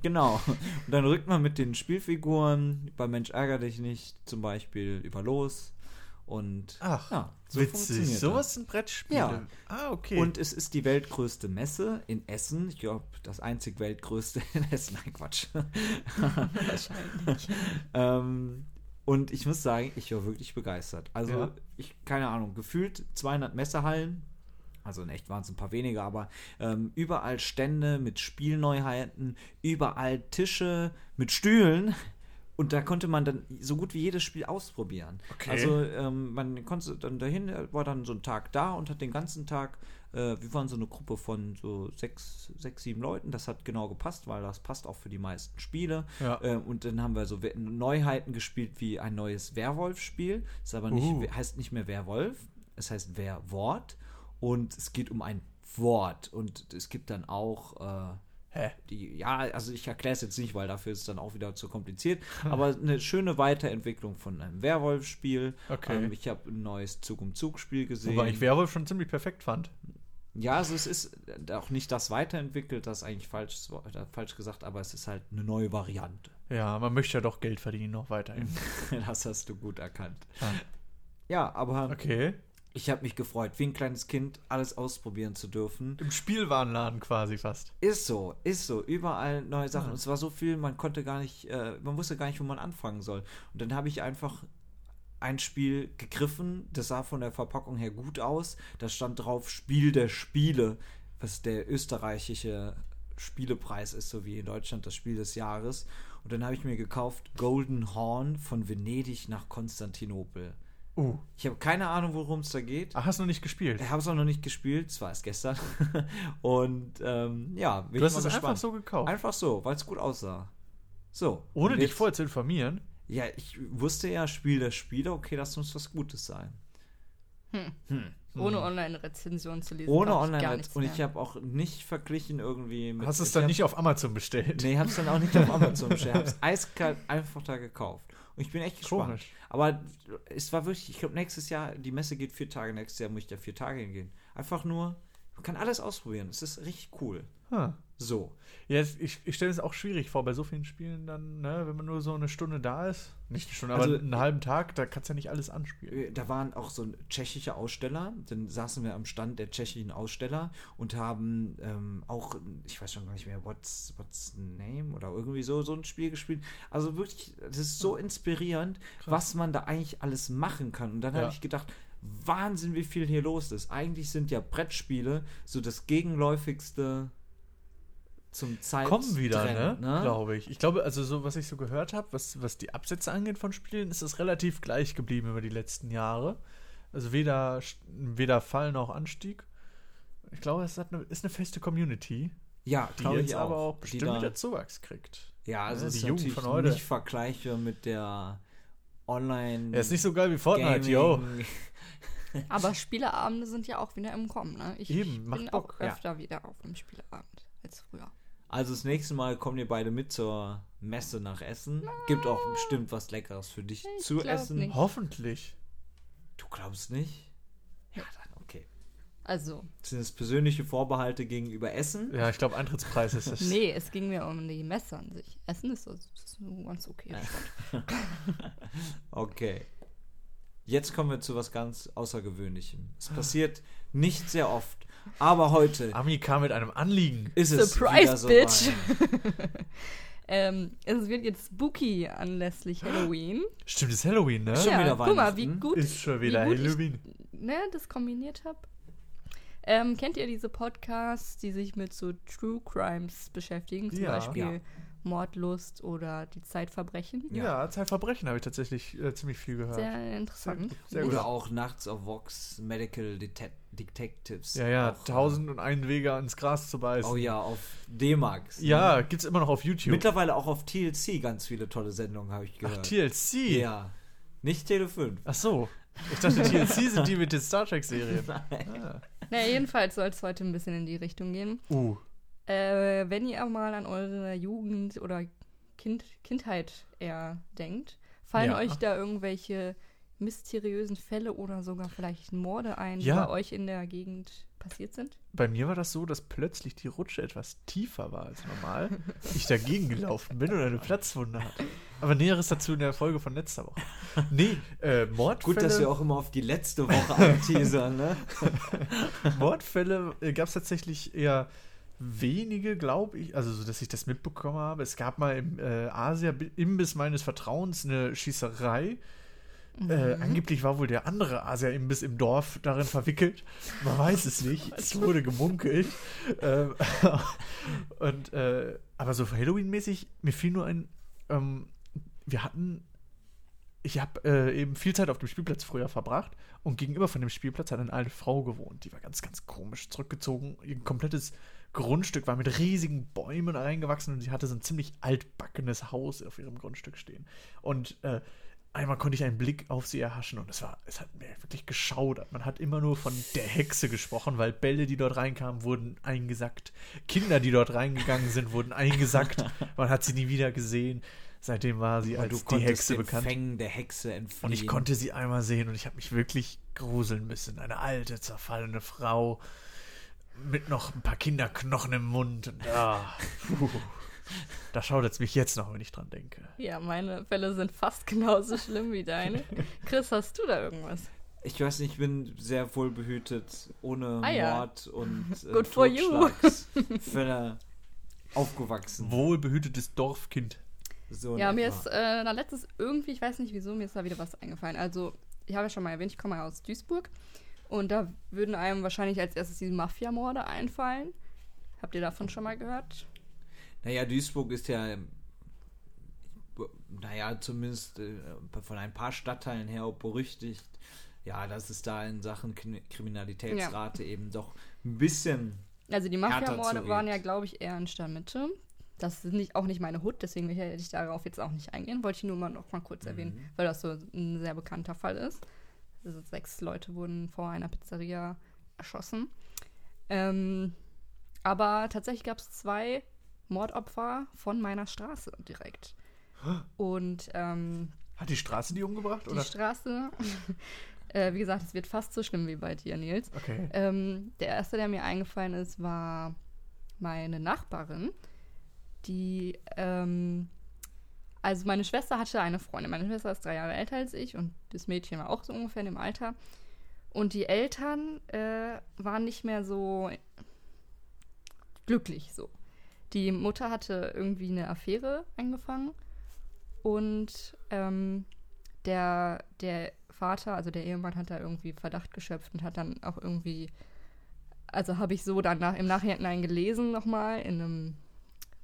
[SPEAKER 4] genau und dann rückt man mit den Spielfiguren bei Mensch ärger dich nicht zum Beispiel über los und
[SPEAKER 2] Ach,
[SPEAKER 4] ja, so
[SPEAKER 2] witzig.
[SPEAKER 4] funktioniert das.
[SPEAKER 2] Sowas sind Brettspiele.
[SPEAKER 4] Ja.
[SPEAKER 2] Ah, okay.
[SPEAKER 4] Und es ist die weltgrößte Messe in Essen. Ich glaube, das einzig weltgrößte in Essen. Nein, Quatsch. ähm, und ich muss sagen, ich war wirklich begeistert. Also,
[SPEAKER 2] Ja.
[SPEAKER 4] ich, keine Ahnung, gefühlt 200 Messehallen. Also in echt waren es ein paar weniger, aber ähm, überall Stände mit Spielneuheiten, überall Tische mit Stühlen. Und da konnte man dann so gut wie jedes Spiel ausprobieren.
[SPEAKER 2] Okay.
[SPEAKER 4] Also ähm, man konnte dann dahin, äh, war dann so ein Tag da und hat den ganzen Tag, äh, wir waren so eine Gruppe von so sechs, sechs, sieben Leuten, das hat genau gepasst, weil das passt auch für die meisten Spiele.
[SPEAKER 2] Ja.
[SPEAKER 4] Ähm, und dann haben wir so We- Neuheiten gespielt wie ein neues Werwolf-Spiel. Ist aber nicht,
[SPEAKER 2] Uh.
[SPEAKER 4] heißt nicht mehr Werwolf, es heißt Werwort. Und es geht um ein Wort. Und es gibt dann auch. Äh,
[SPEAKER 2] Hä?
[SPEAKER 4] die, ja, also ich erkläre es jetzt nicht, weil dafür ist es dann auch wieder zu kompliziert. Aber eine schöne Weiterentwicklung von einem Werwolf-Spiel.
[SPEAKER 2] Okay.
[SPEAKER 4] Ähm, ich habe ein neues Zug um Zug-Spiel gesehen.
[SPEAKER 2] Wobei ich Werwolf schon ziemlich perfekt fand.
[SPEAKER 4] ja, also es ist auch nicht das weiterentwickelt, das ist eigentlich falsch, äh, falsch gesagt, aber es ist halt eine neue Variante.
[SPEAKER 2] Ja, man möchte ja doch Geld verdienen noch weiterhin.
[SPEAKER 4] das hast du gut erkannt. Ja, aber
[SPEAKER 2] Okay.
[SPEAKER 4] ich habe mich gefreut, wie ein kleines Kind alles ausprobieren zu dürfen.
[SPEAKER 2] Im Spielwarenladen quasi fast.
[SPEAKER 4] Ist so, ist so. Überall neue Sachen. Und es war so viel, man konnte gar nicht, äh, man wusste gar nicht, wo man anfangen soll. Und dann habe ich einfach ein Spiel gegriffen, das sah von der Verpackung her gut aus. Da stand drauf Spiel der Spiele, was der österreichische Spielepreis ist, so wie in Deutschland das Spiel des Jahres. Und dann habe ich mir gekauft Golden Horn von Venedig nach Konstantinopel.
[SPEAKER 2] Uh.
[SPEAKER 4] Ich habe keine Ahnung, worum es da geht.
[SPEAKER 2] Ach, Ah, hast du noch nicht gespielt?
[SPEAKER 4] Ich habe es auch noch nicht gespielt, es war erst gestern. Und ähm, ja, bin
[SPEAKER 2] Du
[SPEAKER 4] ich
[SPEAKER 2] hast
[SPEAKER 4] mal
[SPEAKER 2] es einfach so gekauft.
[SPEAKER 4] Einfach so, weil es gut aussah. So.
[SPEAKER 2] Ohne
[SPEAKER 4] und
[SPEAKER 2] dich
[SPEAKER 4] jetzt-
[SPEAKER 2] vorher zu informieren.
[SPEAKER 4] Ja, ich wusste ja, Spiel der Spieler, okay, das muss was Gutes sein.
[SPEAKER 5] Ohne Online-Rezension zu lesen.
[SPEAKER 4] Hm. Ohne
[SPEAKER 5] glaub ich, gar
[SPEAKER 4] online
[SPEAKER 5] nichts
[SPEAKER 4] Und
[SPEAKER 5] mehr.
[SPEAKER 4] ich habe auch nicht verglichen irgendwie mit.
[SPEAKER 2] Hast du es
[SPEAKER 4] Äh, ich
[SPEAKER 2] dann
[SPEAKER 4] hab-
[SPEAKER 2] nicht auf Amazon bestellt?
[SPEAKER 4] Nee, hab's dann auch nicht auf Amazon bestellt. Hab's eiskalt einfach da gekauft. Und ich bin echt gespannt.
[SPEAKER 2] Komisch.
[SPEAKER 4] Aber es war wirklich, ich glaube, nächstes Jahr, die Messe geht vier Tage, nächstes Jahr muss ich da vier Tage hingehen. Einfach nur, man kann alles ausprobieren. Es ist richtig cool.
[SPEAKER 2] Hm.
[SPEAKER 4] So.
[SPEAKER 2] Ja, es- ich, ich stelle es auch schwierig vor, bei so vielen Spielen dann, ne, wenn man nur so eine Stunde da ist, nicht eine Stunde,
[SPEAKER 4] Also-
[SPEAKER 2] aber einen halben Tag, da kannst du ja nicht alles anspielen.
[SPEAKER 4] Äh, da waren auch so ein tschechischer Aussteller, dann saßen wir am Stand der tschechischen Aussteller und haben ähm, auch, ich weiß schon gar nicht mehr, What's, What's the Name oder irgendwie so, so ein Spiel gespielt. Also wirklich, das ist so inspirierend, was man da eigentlich alles machen kann. Und dann
[SPEAKER 2] Ja.
[SPEAKER 4] habe ich gedacht, Wahnsinn, wie viel hier los ist. Eigentlich sind ja Brettspiele so das gegenläufigste zum Zeit.
[SPEAKER 2] Kommen wieder,
[SPEAKER 4] Trend,
[SPEAKER 2] ne? Glaube ich. Ich glaube, also so, was ich so gehört habe, was, was die Absätze angeht von Spielen, ist es relativ gleich geblieben über die letzten Jahre. Also weder, st- weder Fall noch Anstieg. Ich glaube, es hat eine, ist eine feste Community,
[SPEAKER 4] Ja,
[SPEAKER 2] die
[SPEAKER 4] glaube
[SPEAKER 2] jetzt
[SPEAKER 4] ich auch.
[SPEAKER 2] aber auch
[SPEAKER 4] die
[SPEAKER 2] bestimmt
[SPEAKER 4] da
[SPEAKER 2] wieder Zuwachs kriegt.
[SPEAKER 4] Ja, also
[SPEAKER 2] Ja,
[SPEAKER 4] es
[SPEAKER 2] die
[SPEAKER 4] ist
[SPEAKER 2] Jugend
[SPEAKER 4] natürlich
[SPEAKER 2] von heute.
[SPEAKER 4] nicht vergleichbar mit der Online.
[SPEAKER 2] Er ist nicht so geil wie Fortnite, yo.
[SPEAKER 4] Hm. Gaming-
[SPEAKER 5] Aber Spieleabende sind ja auch wieder im Kommen, ne? Ich
[SPEAKER 2] Eben,
[SPEAKER 5] bin
[SPEAKER 2] macht Bock,
[SPEAKER 5] auch
[SPEAKER 4] ja.
[SPEAKER 5] öfter wieder auf einem Spieleabend als früher.
[SPEAKER 4] Also das nächste Mal kommen ihr beide mit zur Messe nach Essen. Gibt auch bestimmt was Leckeres für dich
[SPEAKER 5] Ich
[SPEAKER 4] zu
[SPEAKER 5] glaub
[SPEAKER 4] essen.
[SPEAKER 5] nicht.
[SPEAKER 2] Hoffentlich.
[SPEAKER 4] Du glaubst nicht? Ja, dann okay.
[SPEAKER 5] Also,
[SPEAKER 4] Sind es persönliche Vorbehalte gegenüber Essen?
[SPEAKER 2] Ja, ich glaube, Eintrittspreis ist es.
[SPEAKER 5] nee, es ging mir um die Messe an sich. Essen ist so ist so ganz okay.
[SPEAKER 4] Okay. Jetzt kommen wir zu was ganz Außergewöhnlichem. Es passiert nicht sehr oft, aber heute
[SPEAKER 2] Ami kam mit einem Anliegen.
[SPEAKER 4] ist es wieder
[SPEAKER 5] Ah. Surprise,
[SPEAKER 4] so
[SPEAKER 5] Bitch! ähm, es wird jetzt spooky anlässlich Halloween.
[SPEAKER 2] Stimmt, ist Halloween, ne?
[SPEAKER 4] Schon wieder
[SPEAKER 5] guck mal, wie
[SPEAKER 4] Weihnachten.
[SPEAKER 5] gut,
[SPEAKER 2] Ist schon wieder
[SPEAKER 5] wie gut ich
[SPEAKER 2] Halloween.
[SPEAKER 5] ne, das kombiniert habe. Ähm, kennt ihr diese Podcasts, die sich mit so True Crimes beschäftigen? Zum
[SPEAKER 2] Ja.
[SPEAKER 5] Beispiel
[SPEAKER 4] Ja.
[SPEAKER 5] Mordlust oder die Zeitverbrechen.
[SPEAKER 2] Ja, Zeitverbrechen habe ich tatsächlich äh, ziemlich viel gehört.
[SPEAKER 5] Sehr interessant.
[SPEAKER 2] Sehr gut.
[SPEAKER 4] Oder auch nachts auf Vox Medical Detec Detectives.
[SPEAKER 2] Ja, ja,
[SPEAKER 4] auch,
[SPEAKER 2] tausend und einen Wege ans Gras zu
[SPEAKER 4] äh,
[SPEAKER 2] beißen.
[SPEAKER 4] Oh ja, auf D-Max.
[SPEAKER 2] Ja, gibt's immer noch auf YouTube.
[SPEAKER 4] Mittlerweile auch auf TLC ganz viele tolle Sendungen, habe ich gehört.
[SPEAKER 2] Ach, TLC.
[SPEAKER 4] Ja. Nicht Tele 5.
[SPEAKER 2] Ach so. Ich dachte, TLC sind die mit den Star Trek-Serien.
[SPEAKER 5] Naja, jedenfalls soll es heute ein bisschen in die Richtung gehen.
[SPEAKER 2] Uh.
[SPEAKER 5] Äh, wenn ihr mal an eure Jugend oder kind, Kindheit eher denkt, fallen
[SPEAKER 2] Ja.
[SPEAKER 5] euch da irgendwelche mysteriösen Fälle oder sogar vielleicht Morde ein,
[SPEAKER 2] Ja.
[SPEAKER 5] die bei euch in der Gegend passiert sind?
[SPEAKER 2] Bei mir war das so, dass plötzlich die Rutsche etwas tiefer war als normal. ich dagegen gelaufen bin und eine Platzwunde hatte. Aber Näheres dazu in der Folge von letzter Woche. Nee, äh, Mordfälle,
[SPEAKER 4] Gut, dass wir auch immer auf die letzte Woche anteasern, ne?
[SPEAKER 2] Mordfälle äh, gab es tatsächlich eher wenige, glaube ich. Also, so, dass ich das mitbekommen habe. Es gab mal im äh, Asia Imbiss meines Vertrauens eine Schießerei. Äh, angeblich war wohl der andere Asia-Imbiss im Dorf darin verwickelt. Man weiß es nicht. es wurde gemunkelt. Ähm, und, äh, aber so Halloween-mäßig, mir fiel nur ein, ähm, wir hatten, ich habe äh, eben viel Zeit auf dem Spielplatz früher verbracht und gegenüber von dem Spielplatz hat eine alte Frau gewohnt. Die war ganz, ganz komisch zurückgezogen. Ihr komplettes Grundstück war mit riesigen Bäumen reingewachsen und sie hatte so ein ziemlich altbackenes Haus auf ihrem Grundstück stehen. Und äh, Einmal konnte ich einen Blick auf sie erhaschen und es war, es hat mir wirklich geschaudert. Man hat immer nur von der Hexe gesprochen, weil Bälle, die dort reinkamen, wurden eingesackt. Kinder, die dort reingegangen sind, wurden eingesackt. Man hat sie nie wieder gesehen. Seitdem war sie
[SPEAKER 4] Weil
[SPEAKER 2] als die Hexe
[SPEAKER 4] den
[SPEAKER 2] bekannt.
[SPEAKER 4] Fängen der Hexe entfliehen.
[SPEAKER 2] Und ich konnte sie einmal sehen und ich habe mich wirklich gruseln müssen. Eine alte, zerfallene Frau mit noch ein paar Kinderknochen im Mund. Und, ah, puh, da schaudert es mich jetzt noch, wenn ich dran denke.
[SPEAKER 5] Ja, meine Fälle sind fast genauso schlimm wie deine. Chris, hast du da irgendwas?
[SPEAKER 4] Ich weiß nicht, ich bin sehr wohlbehütet, ohne
[SPEAKER 5] Ah ja.
[SPEAKER 4] Mord und äh,
[SPEAKER 5] Good for you.
[SPEAKER 4] Fälle aufgewachsen.
[SPEAKER 2] Wohlbehütetes Dorfkind.
[SPEAKER 4] So in
[SPEAKER 5] Ja, mir
[SPEAKER 4] etwa.
[SPEAKER 5] ist äh, da letztes irgendwie, ich weiß nicht wieso, mir ist da wieder was eingefallen. Also, ich habe ja schon mal erwähnt, ich komme ja aus Duisburg. Und da würden einem wahrscheinlich als erstes die Mafiamorde einfallen. Habt ihr davon schon mal gehört?
[SPEAKER 4] Naja, Duisburg ist ja, ähm, b- naja, zumindest äh, von ein paar Stadtteilen her auch berüchtigt. Ja, dass es da in Sachen Kri- Kriminalitätsrate eben doch ein bisschen.
[SPEAKER 5] Also, die
[SPEAKER 4] Härter
[SPEAKER 5] Mafiamorde
[SPEAKER 4] zugeht.
[SPEAKER 5] waren ja, glaube ich, eher in Stadtmitte. Das ist nicht, auch nicht meine Hut, deswegen werde ich darauf jetzt auch nicht eingehen. Wollte ich nur mal noch mal kurz erwähnen, weil das so ein sehr bekannter Fall ist. Also sechs Leute wurden vor einer Pizzeria erschossen. Ähm, aber tatsächlich gab es zwei Mordopfer von meiner Straße direkt. Und ähm,
[SPEAKER 2] Hat die Straße die umgebracht?
[SPEAKER 5] die
[SPEAKER 2] oder?
[SPEAKER 5] Straße, äh, wie gesagt, es wird fast so schlimm wie bei dir, Nils.
[SPEAKER 2] Okay.
[SPEAKER 5] Ähm, der erste, der mir eingefallen ist, war meine Nachbarin, die, ähm, also meine Schwester hatte eine Freundin. Meine Schwester ist drei Jahre älter als ich und das Mädchen war auch so ungefähr in dem Alter. Und die Eltern äh, waren nicht mehr so glücklich so. Die Mutter hatte irgendwie eine Affäre angefangen und ähm, der, der Vater, also der Ehemann, hat da irgendwie Verdacht geschöpft und hat dann auch irgendwie, also habe ich so dann nach, im Nachhinein gelesen nochmal in einem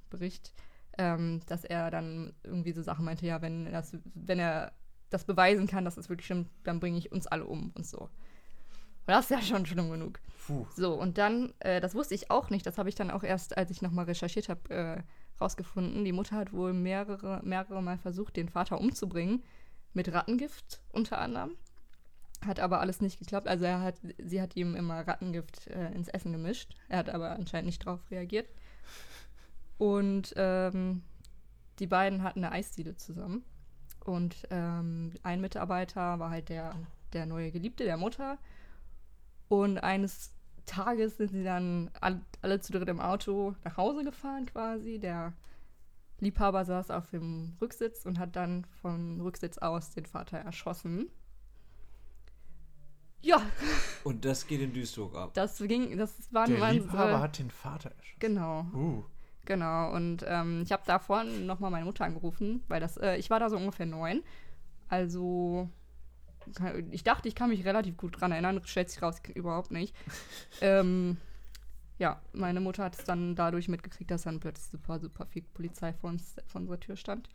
[SPEAKER 5] Bericht, ähm, dass er dann irgendwie so Sachen meinte, ja, wenn, das, wenn er das beweisen kann, dass es wirklich stimmt, dann bringe ich uns alle um und so. Und das ist ja schon schlimm genug. So, und dann, äh, das wusste ich auch nicht, das habe ich dann auch erst, als ich nochmal recherchiert habe, äh, rausgefunden, die Mutter hat wohl mehrere, mehrere Mal versucht, den Vater umzubringen. Mit Rattengift unter anderem. Hat aber alles nicht geklappt. Also er hat, sie hat ihm immer Rattengift äh, ins Essen gemischt. Er hat aber anscheinend nicht drauf reagiert. Und ähm, die beiden hatten eine Eisdiele zusammen. Und ähm, ein Mitarbeiter war halt der, der neue Geliebte der Mutter. Und eines Tages sind sie dann alle, alle zu dritt im Auto nach Hause gefahren quasi. Der Liebhaber saß auf dem Rücksitz und hat dann vom Rücksitz aus den Vater erschossen. Ja,
[SPEAKER 4] Und das geht in Duisburg ab.
[SPEAKER 5] das ging, das waren,
[SPEAKER 2] Der
[SPEAKER 5] waren so-
[SPEAKER 2] Liebhaber hat den Vater erschossen.
[SPEAKER 5] genau.
[SPEAKER 2] Uh,
[SPEAKER 5] Genau, und ähm, ich habe da vorhin nochmal meine Mutter angerufen, weil das, äh, ich war da so ungefähr neun. Also, kann- ich dachte, ich kann mich relativ gut dran erinnern, stellt sich raus, überhaupt nicht. ähm, ja, meine Mutter hat es dann dadurch mitgekriegt, dass dann plötzlich super, super viel Polizei vor, uns, vor unserer Tür stand.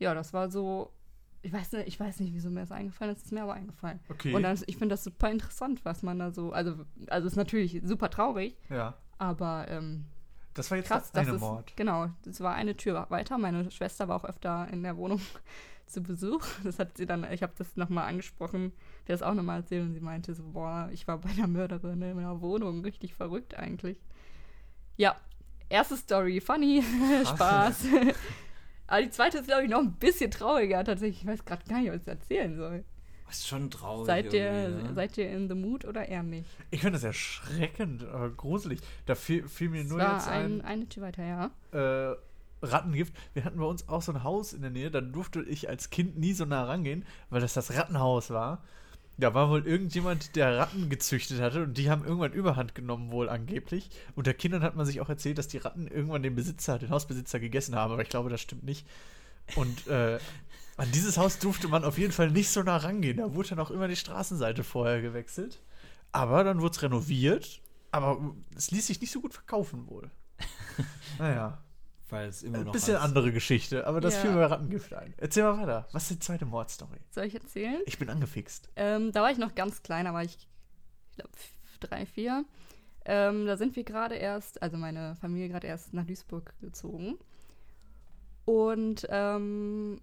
[SPEAKER 5] Ja, das war so, ich weiß nicht, ich weiß nicht, wieso mir das eingefallen ist, es ist mir aber eingefallen.
[SPEAKER 2] okay.
[SPEAKER 5] Und dann, ich finde das super interessant, was man da so, also, also ist natürlich super traurig,
[SPEAKER 2] ja.
[SPEAKER 5] aber, ähm,
[SPEAKER 2] Das war jetzt
[SPEAKER 5] Krass,
[SPEAKER 2] der
[SPEAKER 5] das
[SPEAKER 2] eine
[SPEAKER 5] ist,
[SPEAKER 2] Mord.
[SPEAKER 5] genau, das war eine Tür weiter. Meine Schwester war auch öfter in der Wohnung zu Besuch. Das hat sie dann, ich habe das nochmal angesprochen, der ist auch nochmal erzählt und sie meinte so, boah, ich war bei einer Mörderin in meiner Wohnung, richtig verrückt eigentlich. Ja, erste Story, funny, Spaß. Aber die zweite ist, glaube ich, noch ein bisschen trauriger tatsächlich. Ich weiß gerade gar nicht, was ich erzählen soll.
[SPEAKER 4] Ist schon
[SPEAKER 2] Oh,
[SPEAKER 4] traurig.
[SPEAKER 5] Seid
[SPEAKER 4] irgendwie,
[SPEAKER 5] ihr,
[SPEAKER 4] ne?
[SPEAKER 5] seid ihr in the mood oder eher nicht?
[SPEAKER 2] Ich finde das erschreckend, aber gruselig. Da fiel, fiel mir
[SPEAKER 5] Es
[SPEAKER 2] nur
[SPEAKER 5] war
[SPEAKER 2] jetzt ein,
[SPEAKER 5] ein, eine Tür weiter, ja.
[SPEAKER 2] äh, Rattengift. Wir hatten bei uns auch so ein Haus in der Nähe, da durfte ich als Kind nie so nah rangehen, weil das das Rattenhaus war. Da war wohl irgendjemand, der Ratten gezüchtet hatte und die haben irgendwann Überhand genommen, wohl angeblich. Unter Kindern hat man sich auch erzählt, dass die Ratten irgendwann den Besitzer, den Hausbesitzer gegessen haben, aber ich glaube, das stimmt nicht. Und äh, an dieses Haus durfte man auf jeden Fall nicht so nah rangehen. Da wurde dann auch immer die Straßenseite vorher gewechselt. Aber dann wurde es renoviert, aber es ließ sich nicht so gut verkaufen wohl. Naja.
[SPEAKER 4] Weil es immer
[SPEAKER 2] Ein
[SPEAKER 4] noch
[SPEAKER 2] Äh, bisschen
[SPEAKER 4] als-
[SPEAKER 2] andere Geschichte, aber das
[SPEAKER 5] Ja.
[SPEAKER 2] fiel mir bei Rattengift ein. Erzähl mal weiter. Was ist die zweite Mordstory?
[SPEAKER 5] Soll ich erzählen?
[SPEAKER 2] Ich bin angefixt.
[SPEAKER 5] Ähm, da war ich noch ganz klein, da war ich, ich glaube, drei, vier. Ähm, da sind wir gerade erst, also meine Familie gerade erst nach Duisburg gezogen. Und ähm,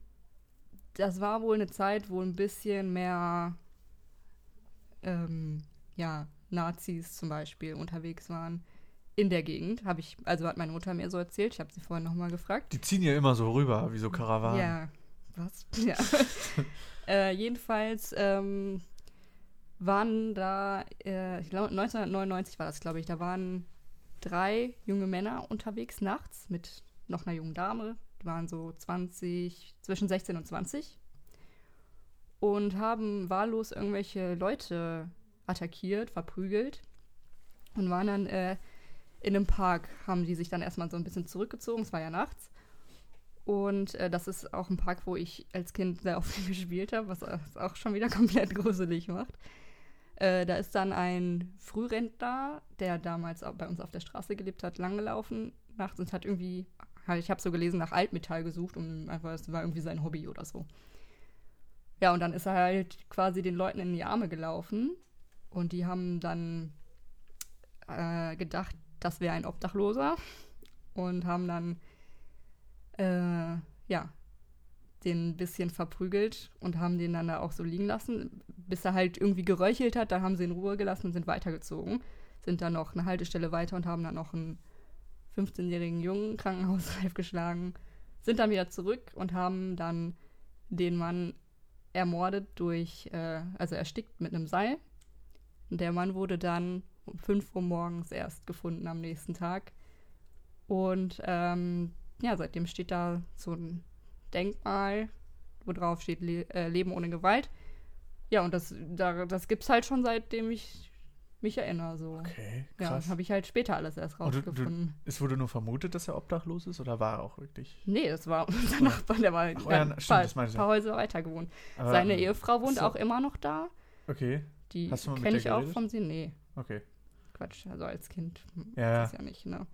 [SPEAKER 5] das war wohl eine Zeit, wo ein bisschen mehr ähm, ja, Nazis zum Beispiel unterwegs waren in der Gegend. Habe ich, also hat meine Mutter mir so erzählt, ich habe sie vorhin nochmal gefragt.
[SPEAKER 2] Die ziehen ja immer so rüber, wie so Karawanen.
[SPEAKER 5] Ja, was? Ja. äh, jedenfalls ähm, waren da, äh, ich glaube 1999 war das, glaube ich, da waren drei junge Männer unterwegs nachts mit noch einer jungen Dame. Die waren so 20, zwischen 16 und 20 und haben wahllos irgendwelche Leute attackiert, verprügelt und waren dann äh, in einem Park, haben die sich dann erstmal so ein bisschen zurückgezogen, es war ja nachts. Und äh, das ist auch ein Park, wo ich als Kind sehr oft gespielt habe, was es auch schon wieder komplett gruselig macht. Äh, da ist dann ein Frührentner, der damals auch bei uns auf der Straße gelebt hat, langgelaufen nachts und hat irgendwie, halt, ich habe so gelesen, nach Altmetall gesucht und einfach, es war irgendwie sein Hobby oder so. Ja, und dann ist er halt quasi den Leuten in die Arme gelaufen und die haben dann äh, gedacht, das wäre ein Obdachloser und haben dann äh, ja, den ein bisschen verprügelt und haben den dann da auch so liegen lassen, bis er halt irgendwie geröchelt hat. Dann haben sie ihn in Ruhe gelassen und sind weitergezogen. Sind dann noch eine Haltestelle weiter und haben dann noch einen 15-jährigen Jungen krankenhausreif geschlagen. Sind dann wieder zurück und haben dann den Mann ermordet durch, äh, also erstickt mit einem Seil. Und der Mann wurde dann um 5 Uhr morgens erst gefunden am nächsten Tag. Und ähm, ja, seitdem steht da so ein Denkmal, wo drauf steht Le äh, Leben ohne Gewalt. Ja, und das, da, das gibt's halt schon seitdem ich mich erinnere. So.
[SPEAKER 2] Okay,
[SPEAKER 5] ja,
[SPEAKER 2] krass.
[SPEAKER 5] habe ich halt später alles erst
[SPEAKER 2] Und du- du-
[SPEAKER 5] rausgefunden.
[SPEAKER 2] es wurde nur vermutet, dass er obdachlos ist oder war er auch wirklich?
[SPEAKER 5] nee, das war unser Nachbar, der war
[SPEAKER 2] Ach,
[SPEAKER 5] ein
[SPEAKER 2] euer Na- stimmt,
[SPEAKER 5] paar,
[SPEAKER 2] das meinte ich
[SPEAKER 5] paar Häuser weiter gewohnt.
[SPEAKER 2] Aber- ähm,
[SPEAKER 5] Seine Ehefrau wohnt
[SPEAKER 2] so.
[SPEAKER 5] auch immer noch da.
[SPEAKER 2] Okay,
[SPEAKER 5] Die
[SPEAKER 2] Hast du mal mit
[SPEAKER 5] kenne
[SPEAKER 2] der
[SPEAKER 5] ich auch
[SPEAKER 2] geredet?
[SPEAKER 5] vom Sinn. Nee,
[SPEAKER 2] okay.
[SPEAKER 5] Quatsch, also als Kind
[SPEAKER 2] Ja,
[SPEAKER 5] das
[SPEAKER 2] ja.
[SPEAKER 5] ja nicht, ne?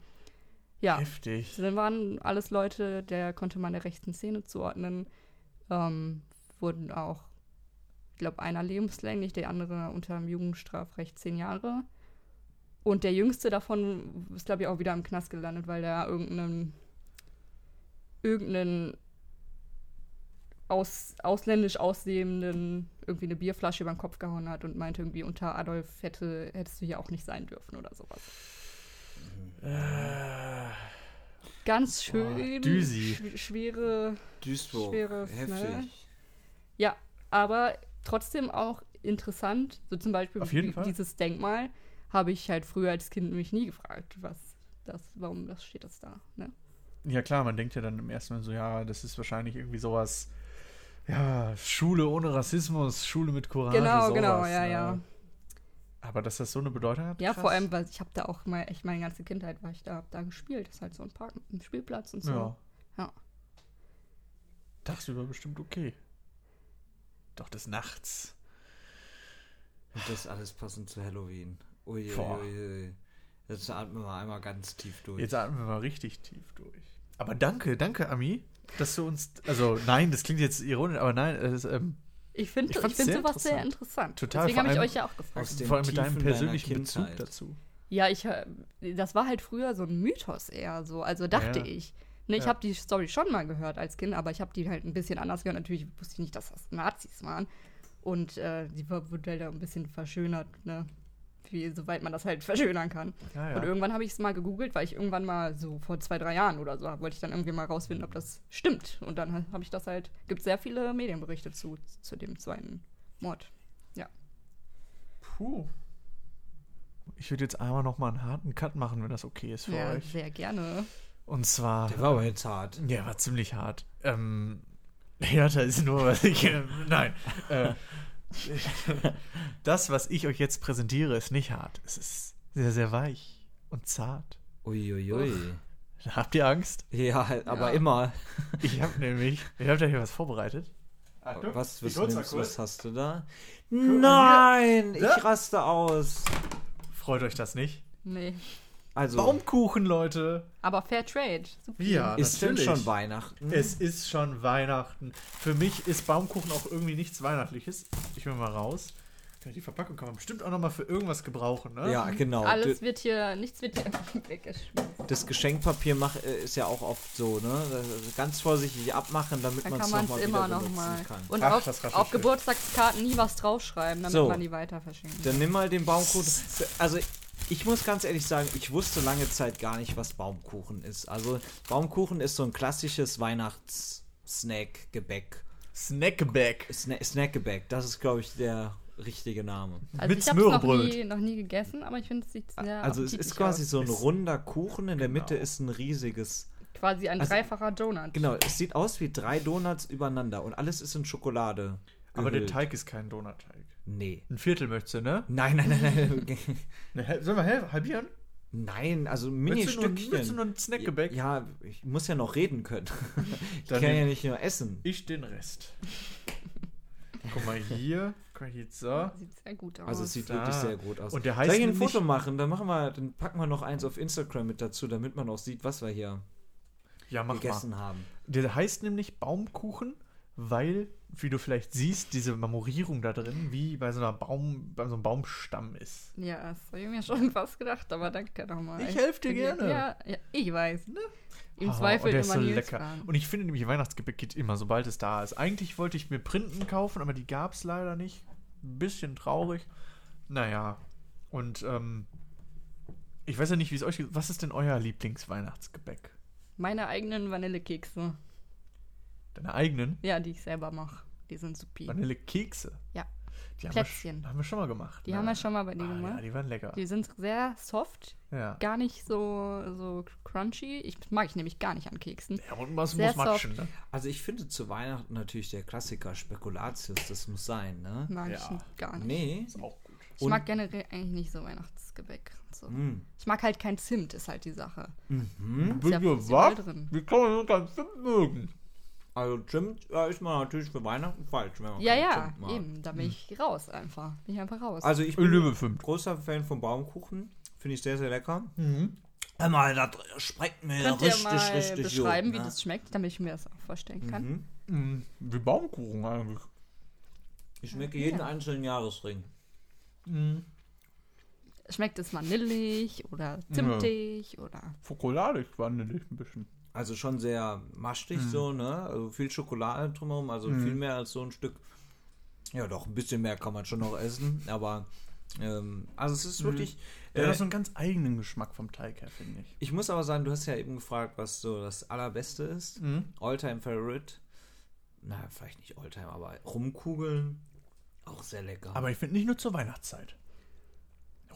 [SPEAKER 5] Ja.
[SPEAKER 2] Heftig.
[SPEAKER 5] Dann waren alles Leute, der konnte man der rechten Szene zuordnen. Ähm, wurden auch, ich glaube, einer lebenslänglich, der andere unter dem Jugendstrafrecht zehn Jahre. Und der jüngste davon ist, glaube ich, auch wieder im Knast gelandet, weil der irgendeinen irgendeinen aus, ausländisch aussehenden irgendwie eine Bierflasche über den Kopf gehauen hat und meinte irgendwie unter Adolf hätte, hättest du hier auch nicht sein dürfen oder sowas. Ganz schön.
[SPEAKER 2] Düsi.
[SPEAKER 5] schw- Schwere
[SPEAKER 4] Duisburg.
[SPEAKER 5] Schwere Knall.
[SPEAKER 4] Heftig.
[SPEAKER 5] Ja, aber trotzdem auch interessant. So zum Beispiel
[SPEAKER 2] Auf jeden
[SPEAKER 5] die-
[SPEAKER 2] Fall.
[SPEAKER 5] dieses Denkmal habe ich halt früher als Kind mich nie gefragt, was das, warum das steht das da. Ne?
[SPEAKER 2] Ja, klar, man denkt ja dann im ersten Mal so, ja, das ist wahrscheinlich irgendwie sowas, ja, Schule ohne Rassismus, Schule mit Courage,
[SPEAKER 5] genau,
[SPEAKER 2] Ah, sowas,
[SPEAKER 5] genau, ja,
[SPEAKER 2] ne?
[SPEAKER 5] ja.
[SPEAKER 2] Aber dass das so eine Bedeutung hat?
[SPEAKER 5] Ja,
[SPEAKER 2] krass.
[SPEAKER 5] vor allem, weil ich habe da auch mal, ich meine ganze Kindheit war ich da, hab da gespielt. Das ist halt so ein Park, ein Spielplatz und so.
[SPEAKER 2] Ja.
[SPEAKER 5] Ja.
[SPEAKER 2] Tagsüber bestimmt okay. Doch des Nachts.
[SPEAKER 4] Und das alles passend zu Halloween. Ui, ui,
[SPEAKER 2] Boah.
[SPEAKER 4] ui, ui. Jetzt atmen wir einmal ganz tief durch.
[SPEAKER 2] Jetzt atmen wir mal richtig tief durch. Aber danke, danke, Ami, dass du uns, also nein, das klingt jetzt ironisch, aber nein, es ist, ähm,
[SPEAKER 5] Ich finde
[SPEAKER 2] Ich
[SPEAKER 5] ich
[SPEAKER 2] fand's
[SPEAKER 5] find
[SPEAKER 2] sehr
[SPEAKER 5] sowas sehr interessant.
[SPEAKER 2] Total,
[SPEAKER 5] Deswegen
[SPEAKER 2] vor
[SPEAKER 5] habe ich
[SPEAKER 2] allem-
[SPEAKER 5] euch ja auch gefragt.
[SPEAKER 4] Aus den
[SPEAKER 2] vor allem mit deinem
[SPEAKER 4] Tiefen deiner
[SPEAKER 2] persönlichen Bezug
[SPEAKER 4] Kindheit.
[SPEAKER 2] dazu.
[SPEAKER 5] Ja, ich, äh, das war halt früher so ein Mythos eher so, also dachte
[SPEAKER 2] Ja.
[SPEAKER 5] ich. Ne, ich
[SPEAKER 2] Ja.
[SPEAKER 5] habe die Story schon mal gehört als Kind, aber ich habe die halt ein bisschen anders gehört. Natürlich wusste ich nicht, dass das Nazis waren. Und äh, die war- wurde halt ein bisschen verschönert, ne? Wie, soweit man das halt verschönern kann.
[SPEAKER 2] Ja,
[SPEAKER 5] Und
[SPEAKER 2] ja.
[SPEAKER 5] irgendwann habe ich es mal gegoogelt, weil ich irgendwann mal so vor zwei, drei Jahren oder so, wollte ich dann irgendwie mal rausfinden, ob das stimmt. Und dann habe ich das halt, gibt sehr viele Medienberichte zu, zu dem zweiten Mord.
[SPEAKER 2] Puh. Ich würde jetzt einmal nochmal einen harten Cut machen, wenn das okay ist für
[SPEAKER 5] Ja,
[SPEAKER 2] euch.
[SPEAKER 5] sehr gerne.
[SPEAKER 2] Und zwar.
[SPEAKER 4] Der war aber jetzt hart.
[SPEAKER 2] Ja, war ziemlich hart. Ähm, ja, da ist nur, was ich. ähm, nein. Äh, das, was ich euch jetzt präsentiere, ist nicht hart. Es ist sehr, sehr weich und zart.
[SPEAKER 4] Uiuiui.
[SPEAKER 2] Habt ihr Angst?
[SPEAKER 4] Ja, aber immer.
[SPEAKER 2] Ich habe nämlich. Ich habe da hier was vorbereitet.
[SPEAKER 4] Was, was,
[SPEAKER 2] hol's mal
[SPEAKER 4] nimmst,
[SPEAKER 2] kurz.
[SPEAKER 4] was hast du da? Nein, ich raste aus.
[SPEAKER 2] Freut euch das nicht?
[SPEAKER 5] Nee.
[SPEAKER 4] Also,
[SPEAKER 2] Baumkuchen, Leute!
[SPEAKER 5] Aber Fair Trade. Super.
[SPEAKER 2] Ja,
[SPEAKER 4] ist denn
[SPEAKER 2] natürlich.
[SPEAKER 4] schon Weihnachten?
[SPEAKER 2] Es ist schon Weihnachten. Für mich ist Baumkuchen auch irgendwie nichts Weihnachtliches. Ich will mal raus. Ja, Die Verpackung kann man bestimmt auch nochmal für irgendwas gebrauchen, ne?
[SPEAKER 4] Ja, genau.
[SPEAKER 5] Alles wird hier, nichts wird hier weggeschmissen.
[SPEAKER 4] Das Geschenkpapier mach, äh, ist ja auch oft so, ne? Das- Ganz vorsichtig abmachen, damit
[SPEAKER 5] Da
[SPEAKER 4] man es
[SPEAKER 5] kann man
[SPEAKER 4] nochmal
[SPEAKER 5] es
[SPEAKER 4] wieder
[SPEAKER 5] immer
[SPEAKER 4] benutzen
[SPEAKER 5] nochmal.
[SPEAKER 4] kann.
[SPEAKER 5] Und
[SPEAKER 2] Ach, das
[SPEAKER 5] auf,
[SPEAKER 2] raschelt
[SPEAKER 5] auf
[SPEAKER 2] schön.
[SPEAKER 5] Geburtstagskarten nie was draufschreiben, damit
[SPEAKER 4] So.
[SPEAKER 5] man die weiter verschenken kann.
[SPEAKER 4] Dann nimm mal den Baumkuchen. Also ich muss ganz ehrlich sagen, ich wusste lange Zeit gar nicht, was Baumkuchen ist. Also Baumkuchen ist so ein klassisches Weihnachts-Snack, Gebäck.
[SPEAKER 2] Snackback.
[SPEAKER 4] Sna Snack-Gebäck, das ist, glaube ich, der richtige Name.
[SPEAKER 5] Also
[SPEAKER 2] Mit
[SPEAKER 5] ich habe es noch
[SPEAKER 2] Möhrebröt.
[SPEAKER 5] nie, noch nie gegessen, aber ich finde es sieht sehr
[SPEAKER 4] also es ist
[SPEAKER 5] appetitlich
[SPEAKER 4] quasi so ein
[SPEAKER 2] Ist-
[SPEAKER 4] runder Kuchen, in der
[SPEAKER 2] Genau.
[SPEAKER 4] Mitte ist ein riesiges.
[SPEAKER 5] aus. quasi
[SPEAKER 2] also
[SPEAKER 5] ein dreifacher Donut.
[SPEAKER 4] Genau, es sieht aus wie drei Donuts übereinander und alles ist in Schokolade.
[SPEAKER 2] Aber der
[SPEAKER 4] gehüllt.
[SPEAKER 2] Teig ist kein Donutteig.
[SPEAKER 4] Nee.
[SPEAKER 2] Ein Viertel möchtest du, ne?
[SPEAKER 4] Nein, nein, nein, nein.
[SPEAKER 2] Sollen wir hel- halbieren?
[SPEAKER 4] nein, also
[SPEAKER 2] Willst du nur-
[SPEAKER 4] Mini-Stückchen.
[SPEAKER 2] willst du nur ein Snackgebäck?
[SPEAKER 4] Ja, ich muss ja noch reden können. Ich
[SPEAKER 2] Dann
[SPEAKER 4] kann ja
[SPEAKER 2] nimm-
[SPEAKER 4] nicht nur essen.
[SPEAKER 2] Ich den Rest. Guck mal hier. Guck mal hier. So.
[SPEAKER 5] Sieht sehr gut aus.
[SPEAKER 4] Also es sieht
[SPEAKER 2] da.
[SPEAKER 4] wirklich sehr gut aus.
[SPEAKER 2] Und der heißt
[SPEAKER 4] Soll ich ein
[SPEAKER 2] nämlich-
[SPEAKER 4] Foto machen? Dann machen wir, dann packen wir noch eins auf Instagram mit dazu, damit man auch sieht, was wir hier
[SPEAKER 2] Ja, mach
[SPEAKER 4] gegessen
[SPEAKER 2] mal.
[SPEAKER 4] haben.
[SPEAKER 2] Der heißt nämlich Baumkuchen, weil, wie du vielleicht siehst, diese Marmorierung da drin wie bei so, einer Baum, bei so einem Baumstamm ist.
[SPEAKER 5] ja, das habe ich mir schon fast gedacht, aber danke nochmal.
[SPEAKER 2] Ich helf dir
[SPEAKER 5] bin-
[SPEAKER 2] gerne.
[SPEAKER 5] Ja, ja, ich weiß. Ne? Im
[SPEAKER 2] Ah,
[SPEAKER 5] Zweifel
[SPEAKER 2] und der
[SPEAKER 5] immer
[SPEAKER 2] ist so
[SPEAKER 5] Nils
[SPEAKER 2] lecker.
[SPEAKER 5] fragen.
[SPEAKER 2] Und ich finde nämlich Weihnachtsgebäck geht immer, sobald es da ist. Eigentlich wollte ich mir Printen kaufen, aber die gab es leider nicht. Ein bisschen traurig. Naja. Und ähm, ich weiß ja nicht, wie es euch geht. Was ist denn euer Lieblingsweihnachtsgebäck?
[SPEAKER 5] Meine eigenen Vanillekekse.
[SPEAKER 2] Deine eigenen?
[SPEAKER 5] Ja, die ich selber mache. Die sind supi.
[SPEAKER 2] Vanillekekse.
[SPEAKER 5] Ja.
[SPEAKER 2] Die haben wir,
[SPEAKER 5] Plätzchen.
[SPEAKER 2] sch- haben wir schon mal gemacht.
[SPEAKER 5] Die
[SPEAKER 2] ne?
[SPEAKER 5] haben wir schon mal bei dir
[SPEAKER 2] ah,
[SPEAKER 5] gemacht.
[SPEAKER 2] Ja, die waren lecker.
[SPEAKER 5] Die sind sehr soft,
[SPEAKER 2] ja.
[SPEAKER 5] gar nicht so, so crunchy. Ich mag ich nämlich gar nicht an Keksen.
[SPEAKER 2] ja, und was
[SPEAKER 5] sehr
[SPEAKER 2] muss matschen,
[SPEAKER 5] soft.
[SPEAKER 2] ne?
[SPEAKER 4] Also ich finde zu Weihnachten natürlich der Klassiker Spekulatius, das muss sein, ne?
[SPEAKER 5] Mag
[SPEAKER 2] Ja.
[SPEAKER 5] ich nicht, gar nicht.
[SPEAKER 4] Nee.
[SPEAKER 2] Ist auch gut.
[SPEAKER 5] Ich mag generell eigentlich nicht so Weihnachtsgebäck. und So.
[SPEAKER 4] Mm.
[SPEAKER 5] Ich mag halt kein Zimt, ist halt die Sache. Ist ja
[SPEAKER 2] Bitte, was?
[SPEAKER 5] überall Hm? drin.
[SPEAKER 2] Wie kann man das denn mögen?
[SPEAKER 4] Also Zimt ja, ist man natürlich für Weihnachten falsch, wenn man
[SPEAKER 5] Ja,
[SPEAKER 4] keinen
[SPEAKER 5] ja,
[SPEAKER 4] Zimt mag. Mm.
[SPEAKER 5] eben. Da bin ich raus einfach. Bin ich einfach raus.
[SPEAKER 4] Also ich
[SPEAKER 2] Ich
[SPEAKER 4] bin
[SPEAKER 2] liebe fünf.
[SPEAKER 4] großer Fan von Baumkuchen, finde ich sehr, sehr lecker. Hör mal, das schmeckt mir
[SPEAKER 5] Könnt ihr
[SPEAKER 4] richtig,
[SPEAKER 5] mal
[SPEAKER 4] richtig Mhm. gut,
[SPEAKER 5] beschreiben, wie
[SPEAKER 4] ne?
[SPEAKER 5] das schmeckt, damit ich mir das auch vorstellen kann?
[SPEAKER 2] Wie Baumkuchen eigentlich.
[SPEAKER 4] Ich schmecke jeden einzelnen Jahresring.
[SPEAKER 5] Schmeckt es vanillig oder zimtig oder
[SPEAKER 2] Schokoladig, vanillig ein bisschen.
[SPEAKER 4] Also schon sehr maschtig so, ne? Also viel Schokolade drumherum, also viel mehr als so ein Stück. Ja, doch, ein bisschen mehr kann man schon noch essen, aber ähm, also es ist wirklich.
[SPEAKER 2] Der
[SPEAKER 4] äh,
[SPEAKER 2] hat so einen ganz eigenen Geschmack vom Teig her, finde ich.
[SPEAKER 4] ich muss aber sagen, du hast ja eben gefragt, was so das Allerbeste ist. Alltime Favorite. Na, vielleicht nicht Alltime, aber rumkugeln. Auch sehr lecker.
[SPEAKER 2] Aber ich finde nicht nur zur Weihnachtszeit.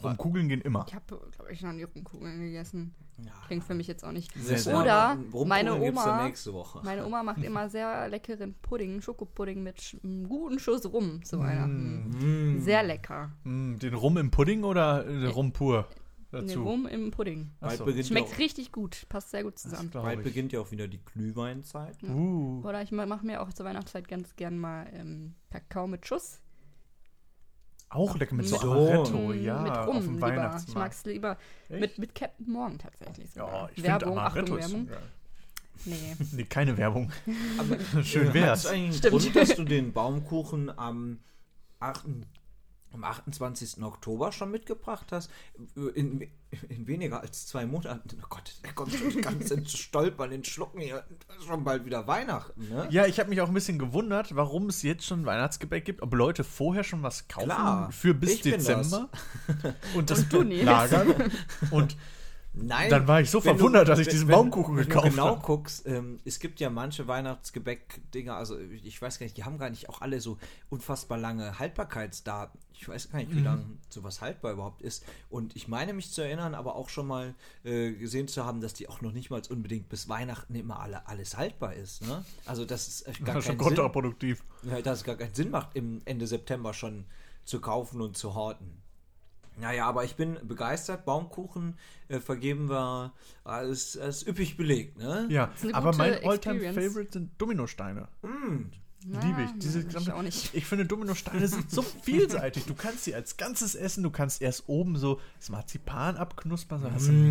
[SPEAKER 2] Rumkugeln gehen immer.
[SPEAKER 5] Ich habe, glaube ich, noch nie Rumkugeln gegessen.
[SPEAKER 4] Ja.
[SPEAKER 5] Klingt für mich jetzt auch nicht.
[SPEAKER 4] Sehr, sehr
[SPEAKER 5] Oder
[SPEAKER 4] lecker. Rumkugeln
[SPEAKER 5] meine
[SPEAKER 4] gibt's dann
[SPEAKER 5] Oma,
[SPEAKER 4] nächste Woche.
[SPEAKER 5] meine Oma macht immer sehr leckeren Pudding, Schokopudding mit sch- einem guten Schuss Rum zu Weihnachten. Sehr lecker.
[SPEAKER 2] Mm, den Rum im Pudding oder äh, Rum pur
[SPEAKER 5] Nee,
[SPEAKER 2] dazu?
[SPEAKER 5] äh, Rum im Pudding.
[SPEAKER 4] Bald
[SPEAKER 2] Achso.
[SPEAKER 4] beginnt ja
[SPEAKER 5] Schmeckt
[SPEAKER 4] auch,
[SPEAKER 5] richtig gut, passt sehr gut zusammen.
[SPEAKER 2] Glaub
[SPEAKER 4] bald
[SPEAKER 2] ich.
[SPEAKER 4] beginnt ja auch wieder die Glühweinzeit.
[SPEAKER 2] Uh,
[SPEAKER 5] Oder ich mache mir auch zur Weihnachtszeit ganz gern mal ähm, Kakao mit Schuss.
[SPEAKER 2] auch lecker mit so
[SPEAKER 5] Mit-
[SPEAKER 2] Amaretto,
[SPEAKER 5] Mm,
[SPEAKER 2] Oh ja,
[SPEAKER 5] mit Rum
[SPEAKER 2] auf dem
[SPEAKER 5] lieber. Ich
[SPEAKER 2] Weihnachtsmarkt.
[SPEAKER 5] mag's lieber mit,
[SPEAKER 2] Echt?
[SPEAKER 5] mit Captain Morgan tatsächlich.
[SPEAKER 2] Ja,
[SPEAKER 5] sogar.
[SPEAKER 2] ich finde
[SPEAKER 5] Werbung,
[SPEAKER 2] Amaretto
[SPEAKER 5] Achtung,
[SPEAKER 2] ist
[SPEAKER 5] Werbung.
[SPEAKER 2] geil.
[SPEAKER 5] Nee.
[SPEAKER 2] Nee, keine Werbung.
[SPEAKER 4] Aber
[SPEAKER 2] Schön
[SPEAKER 4] Hat
[SPEAKER 2] wär's.
[SPEAKER 4] eigentlich
[SPEAKER 5] Stimmt.
[SPEAKER 4] einen Grund, dass du den Baumkuchen am 8. Am 28. Oktober schon mitgebracht hast, in, in weniger als zwei Monaten. Oh Gott, der kommt schon ganz ins Stolpern, in Schlucken hier. Ist Schon bald wieder Weihnachten, ne?
[SPEAKER 2] Ja, ich habe mich auch ein bisschen gewundert, warum es jetzt schon Weihnachtsgebäck gibt, ob Leute vorher schon was kaufen
[SPEAKER 4] Klar,
[SPEAKER 2] für bis
[SPEAKER 4] ich bin
[SPEAKER 2] Dezember und das
[SPEAKER 5] du nicht.
[SPEAKER 2] lagern. Und
[SPEAKER 4] Nein.
[SPEAKER 2] Dann war ich so
[SPEAKER 4] wenn
[SPEAKER 2] verwundert, dass ich
[SPEAKER 4] wenn-
[SPEAKER 2] diesen
[SPEAKER 4] wenn-
[SPEAKER 2] Baumkuchen
[SPEAKER 4] wenn
[SPEAKER 2] gekauft
[SPEAKER 4] du genau
[SPEAKER 2] hab.
[SPEAKER 4] guckst, ähm, es gibt ja manche Weihnachtsgebäck-Dinger, also ich weiß gar nicht, die haben gar nicht auch alle so unfassbar lange Haltbarkeitsdaten. Ich weiß gar nicht,
[SPEAKER 2] Mhm.
[SPEAKER 4] wie lange sowas haltbar überhaupt ist. Und ich meine mich zu erinnern, aber auch schon mal äh, gesehen zu haben, dass die auch noch nicht mal unbedingt bis Weihnachten immer alle, alles haltbar ist. Ne? Also das ist echt gar
[SPEAKER 2] das ist schon
[SPEAKER 4] keinen Sinn,
[SPEAKER 2] kontraproduktiv.
[SPEAKER 4] ja, dass es gar keinen Sinn macht, im Ende September schon zu kaufen und zu horten. Naja, aber ich bin begeistert. Baumkuchen äh, vergeben wir, äh, ist, ist üppig belegt, ne?
[SPEAKER 2] Ja,
[SPEAKER 5] eine
[SPEAKER 2] aber
[SPEAKER 5] gute
[SPEAKER 2] mein alltime
[SPEAKER 5] Experience.
[SPEAKER 2] favorite sind Dominosteine.
[SPEAKER 4] Mm.
[SPEAKER 2] Liebe ich.
[SPEAKER 5] Naja,
[SPEAKER 2] Diese
[SPEAKER 5] ich
[SPEAKER 2] gesamte,
[SPEAKER 5] auch nicht.
[SPEAKER 2] Ich finde, Dominosteine sind so vielseitig. Du kannst sie als Ganzes essen, du kannst erst oben so das Marzipan abknuspern,
[SPEAKER 4] Mm.
[SPEAKER 2] so hast du,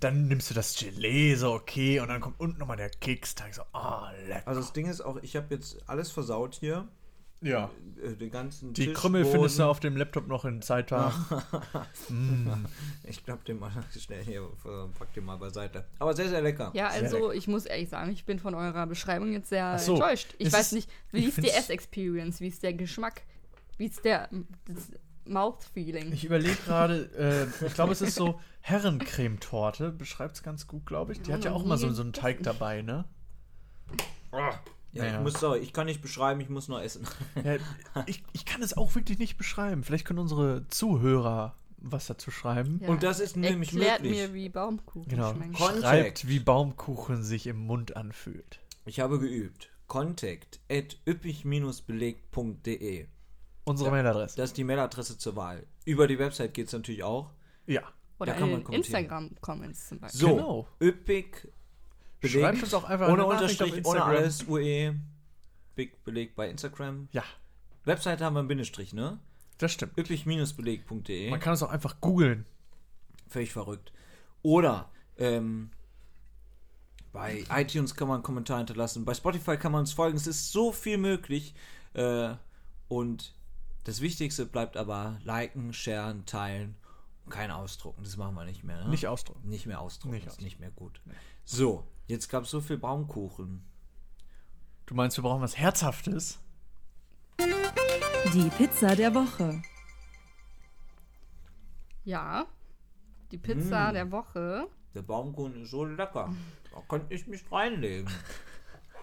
[SPEAKER 2] dann nimmst du das Gelee, so okay, und dann kommt unten nochmal der Keksteig, so, ah, lecker.
[SPEAKER 4] Also das Ding ist auch, ich habe jetzt alles versaut hier.
[SPEAKER 2] ja.
[SPEAKER 4] Äh, den ganzen
[SPEAKER 2] Die Krümmel findest du auf dem Laptop noch in Zeitrahmen.
[SPEAKER 4] Ich glaube, den mal schnell hier, äh, pack den mal beiseite. Aber sehr, sehr lecker.
[SPEAKER 5] Ja,
[SPEAKER 2] Sehr
[SPEAKER 5] also ich muss ehrlich sagen, ich bin von eurer Beschreibung jetzt sehr
[SPEAKER 2] Ach so.
[SPEAKER 5] enttäuscht. Ich
[SPEAKER 2] Es
[SPEAKER 5] weiß
[SPEAKER 2] ist-
[SPEAKER 5] nicht, wie
[SPEAKER 2] ich
[SPEAKER 5] ist die
[SPEAKER 2] find's-
[SPEAKER 5] Ess-Experience, wie ist der Geschmack, wie ist der das Mouth-Feeling?
[SPEAKER 2] Ich überlege gerade, äh, ich glaube, es ist so Herrencremetorte, beschreibt es ganz gut, glaube ich. Die hat ja auch mal so, so einen Teig dabei, ne?
[SPEAKER 4] Ja,
[SPEAKER 2] Ja.
[SPEAKER 4] Ich, muss, sorry, ich kann nicht beschreiben, ich muss nur essen.
[SPEAKER 2] Ja, ich, ich kann es auch wirklich nicht beschreiben. Vielleicht können unsere Zuhörer was dazu schreiben.
[SPEAKER 5] Ja.
[SPEAKER 4] Und das ist nämlich
[SPEAKER 5] Erklärt
[SPEAKER 4] möglich.
[SPEAKER 5] mir, wie Baumkuchen
[SPEAKER 2] Genau.
[SPEAKER 5] schmeckt.
[SPEAKER 4] Kontext.
[SPEAKER 2] Schreibt, wie Baumkuchen sich im Mund anfühlt.
[SPEAKER 4] Ich habe geübt. Contact at üppig-belegt.de.
[SPEAKER 2] Unsere Mailadresse.
[SPEAKER 4] Das ist die Mailadresse zur Wahl. Über die Website geht es natürlich auch.
[SPEAKER 2] Ja.
[SPEAKER 5] Oder
[SPEAKER 4] Da kann
[SPEAKER 5] in
[SPEAKER 4] man
[SPEAKER 5] den
[SPEAKER 4] kommentieren.
[SPEAKER 5] Instagram-Comments zum Beispiel.
[SPEAKER 4] So,
[SPEAKER 2] Genau.
[SPEAKER 4] üppig belegt.
[SPEAKER 2] Schreibt uns auch einfach
[SPEAKER 4] ohne
[SPEAKER 2] eine Nachricht auf
[SPEAKER 4] Unterstrich, ohne
[SPEAKER 2] Instagram.
[SPEAKER 4] alles, UE, big belegt bei Instagram.
[SPEAKER 2] Ja,
[SPEAKER 4] Webseite haben wir einen Bindestrich, ne?
[SPEAKER 2] das stimmt.
[SPEAKER 4] üppig-beleg.de.
[SPEAKER 2] Man kann es auch einfach googeln.
[SPEAKER 4] Völlig verrückt. Oder ähm, bei iTunes kann man einen Kommentar hinterlassen, bei Spotify kann man uns folgen. Es ist so viel möglich. Äh, und das Wichtigste bleibt aber liken, sharen, teilen und kein Ausdrucken. Das machen wir nicht mehr. Ne?
[SPEAKER 2] Nicht ausdrucken.
[SPEAKER 4] Nicht mehr ausdrucken.
[SPEAKER 2] Nicht
[SPEAKER 4] ist
[SPEAKER 2] ausdrucken.
[SPEAKER 4] nicht mehr gut. So, jetzt gab es so viel Baumkuchen.
[SPEAKER 2] Du meinst, wir brauchen was Herzhaftes?
[SPEAKER 3] Die Pizza der Woche.
[SPEAKER 5] Ja, die Pizza
[SPEAKER 4] Mm.
[SPEAKER 5] der Woche.
[SPEAKER 4] Der Baumkuchen ist so lecker. Da konnte ich mich reinlegen.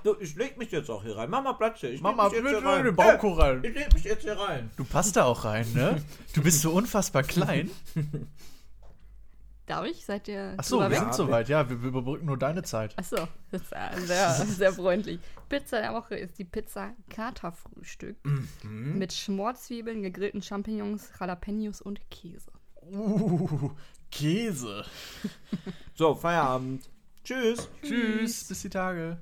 [SPEAKER 4] So, ich leg mich jetzt auch hier rein. Mama, Platz hier. Ich
[SPEAKER 2] Mama,
[SPEAKER 4] leg mich jetzt
[SPEAKER 2] bitte
[SPEAKER 4] hier rein.
[SPEAKER 2] den Baumkuchen
[SPEAKER 4] Äh,
[SPEAKER 2] rein.
[SPEAKER 4] Ich leg mich jetzt hier rein.
[SPEAKER 2] Du passt da auch rein, ne? Du bist so unfassbar klein.
[SPEAKER 5] Darf ich? Seid ihr
[SPEAKER 2] Ach so,
[SPEAKER 5] drüber
[SPEAKER 2] wir
[SPEAKER 5] weg?
[SPEAKER 2] sind soweit. Ja, wir, wir überbrücken nur deine Zeit.
[SPEAKER 5] Ach so, das ist äh, sehr, sehr freundlich. Pizza der Woche ist die Pizza Katerfrühstück
[SPEAKER 4] Mhm.
[SPEAKER 5] mit Schmorzwiebeln, gegrillten Champignons, Jalapenos und Käse.
[SPEAKER 2] Uh, Käse.
[SPEAKER 4] So, Feierabend. Tschüss.
[SPEAKER 2] Tschüss, bis die Tage.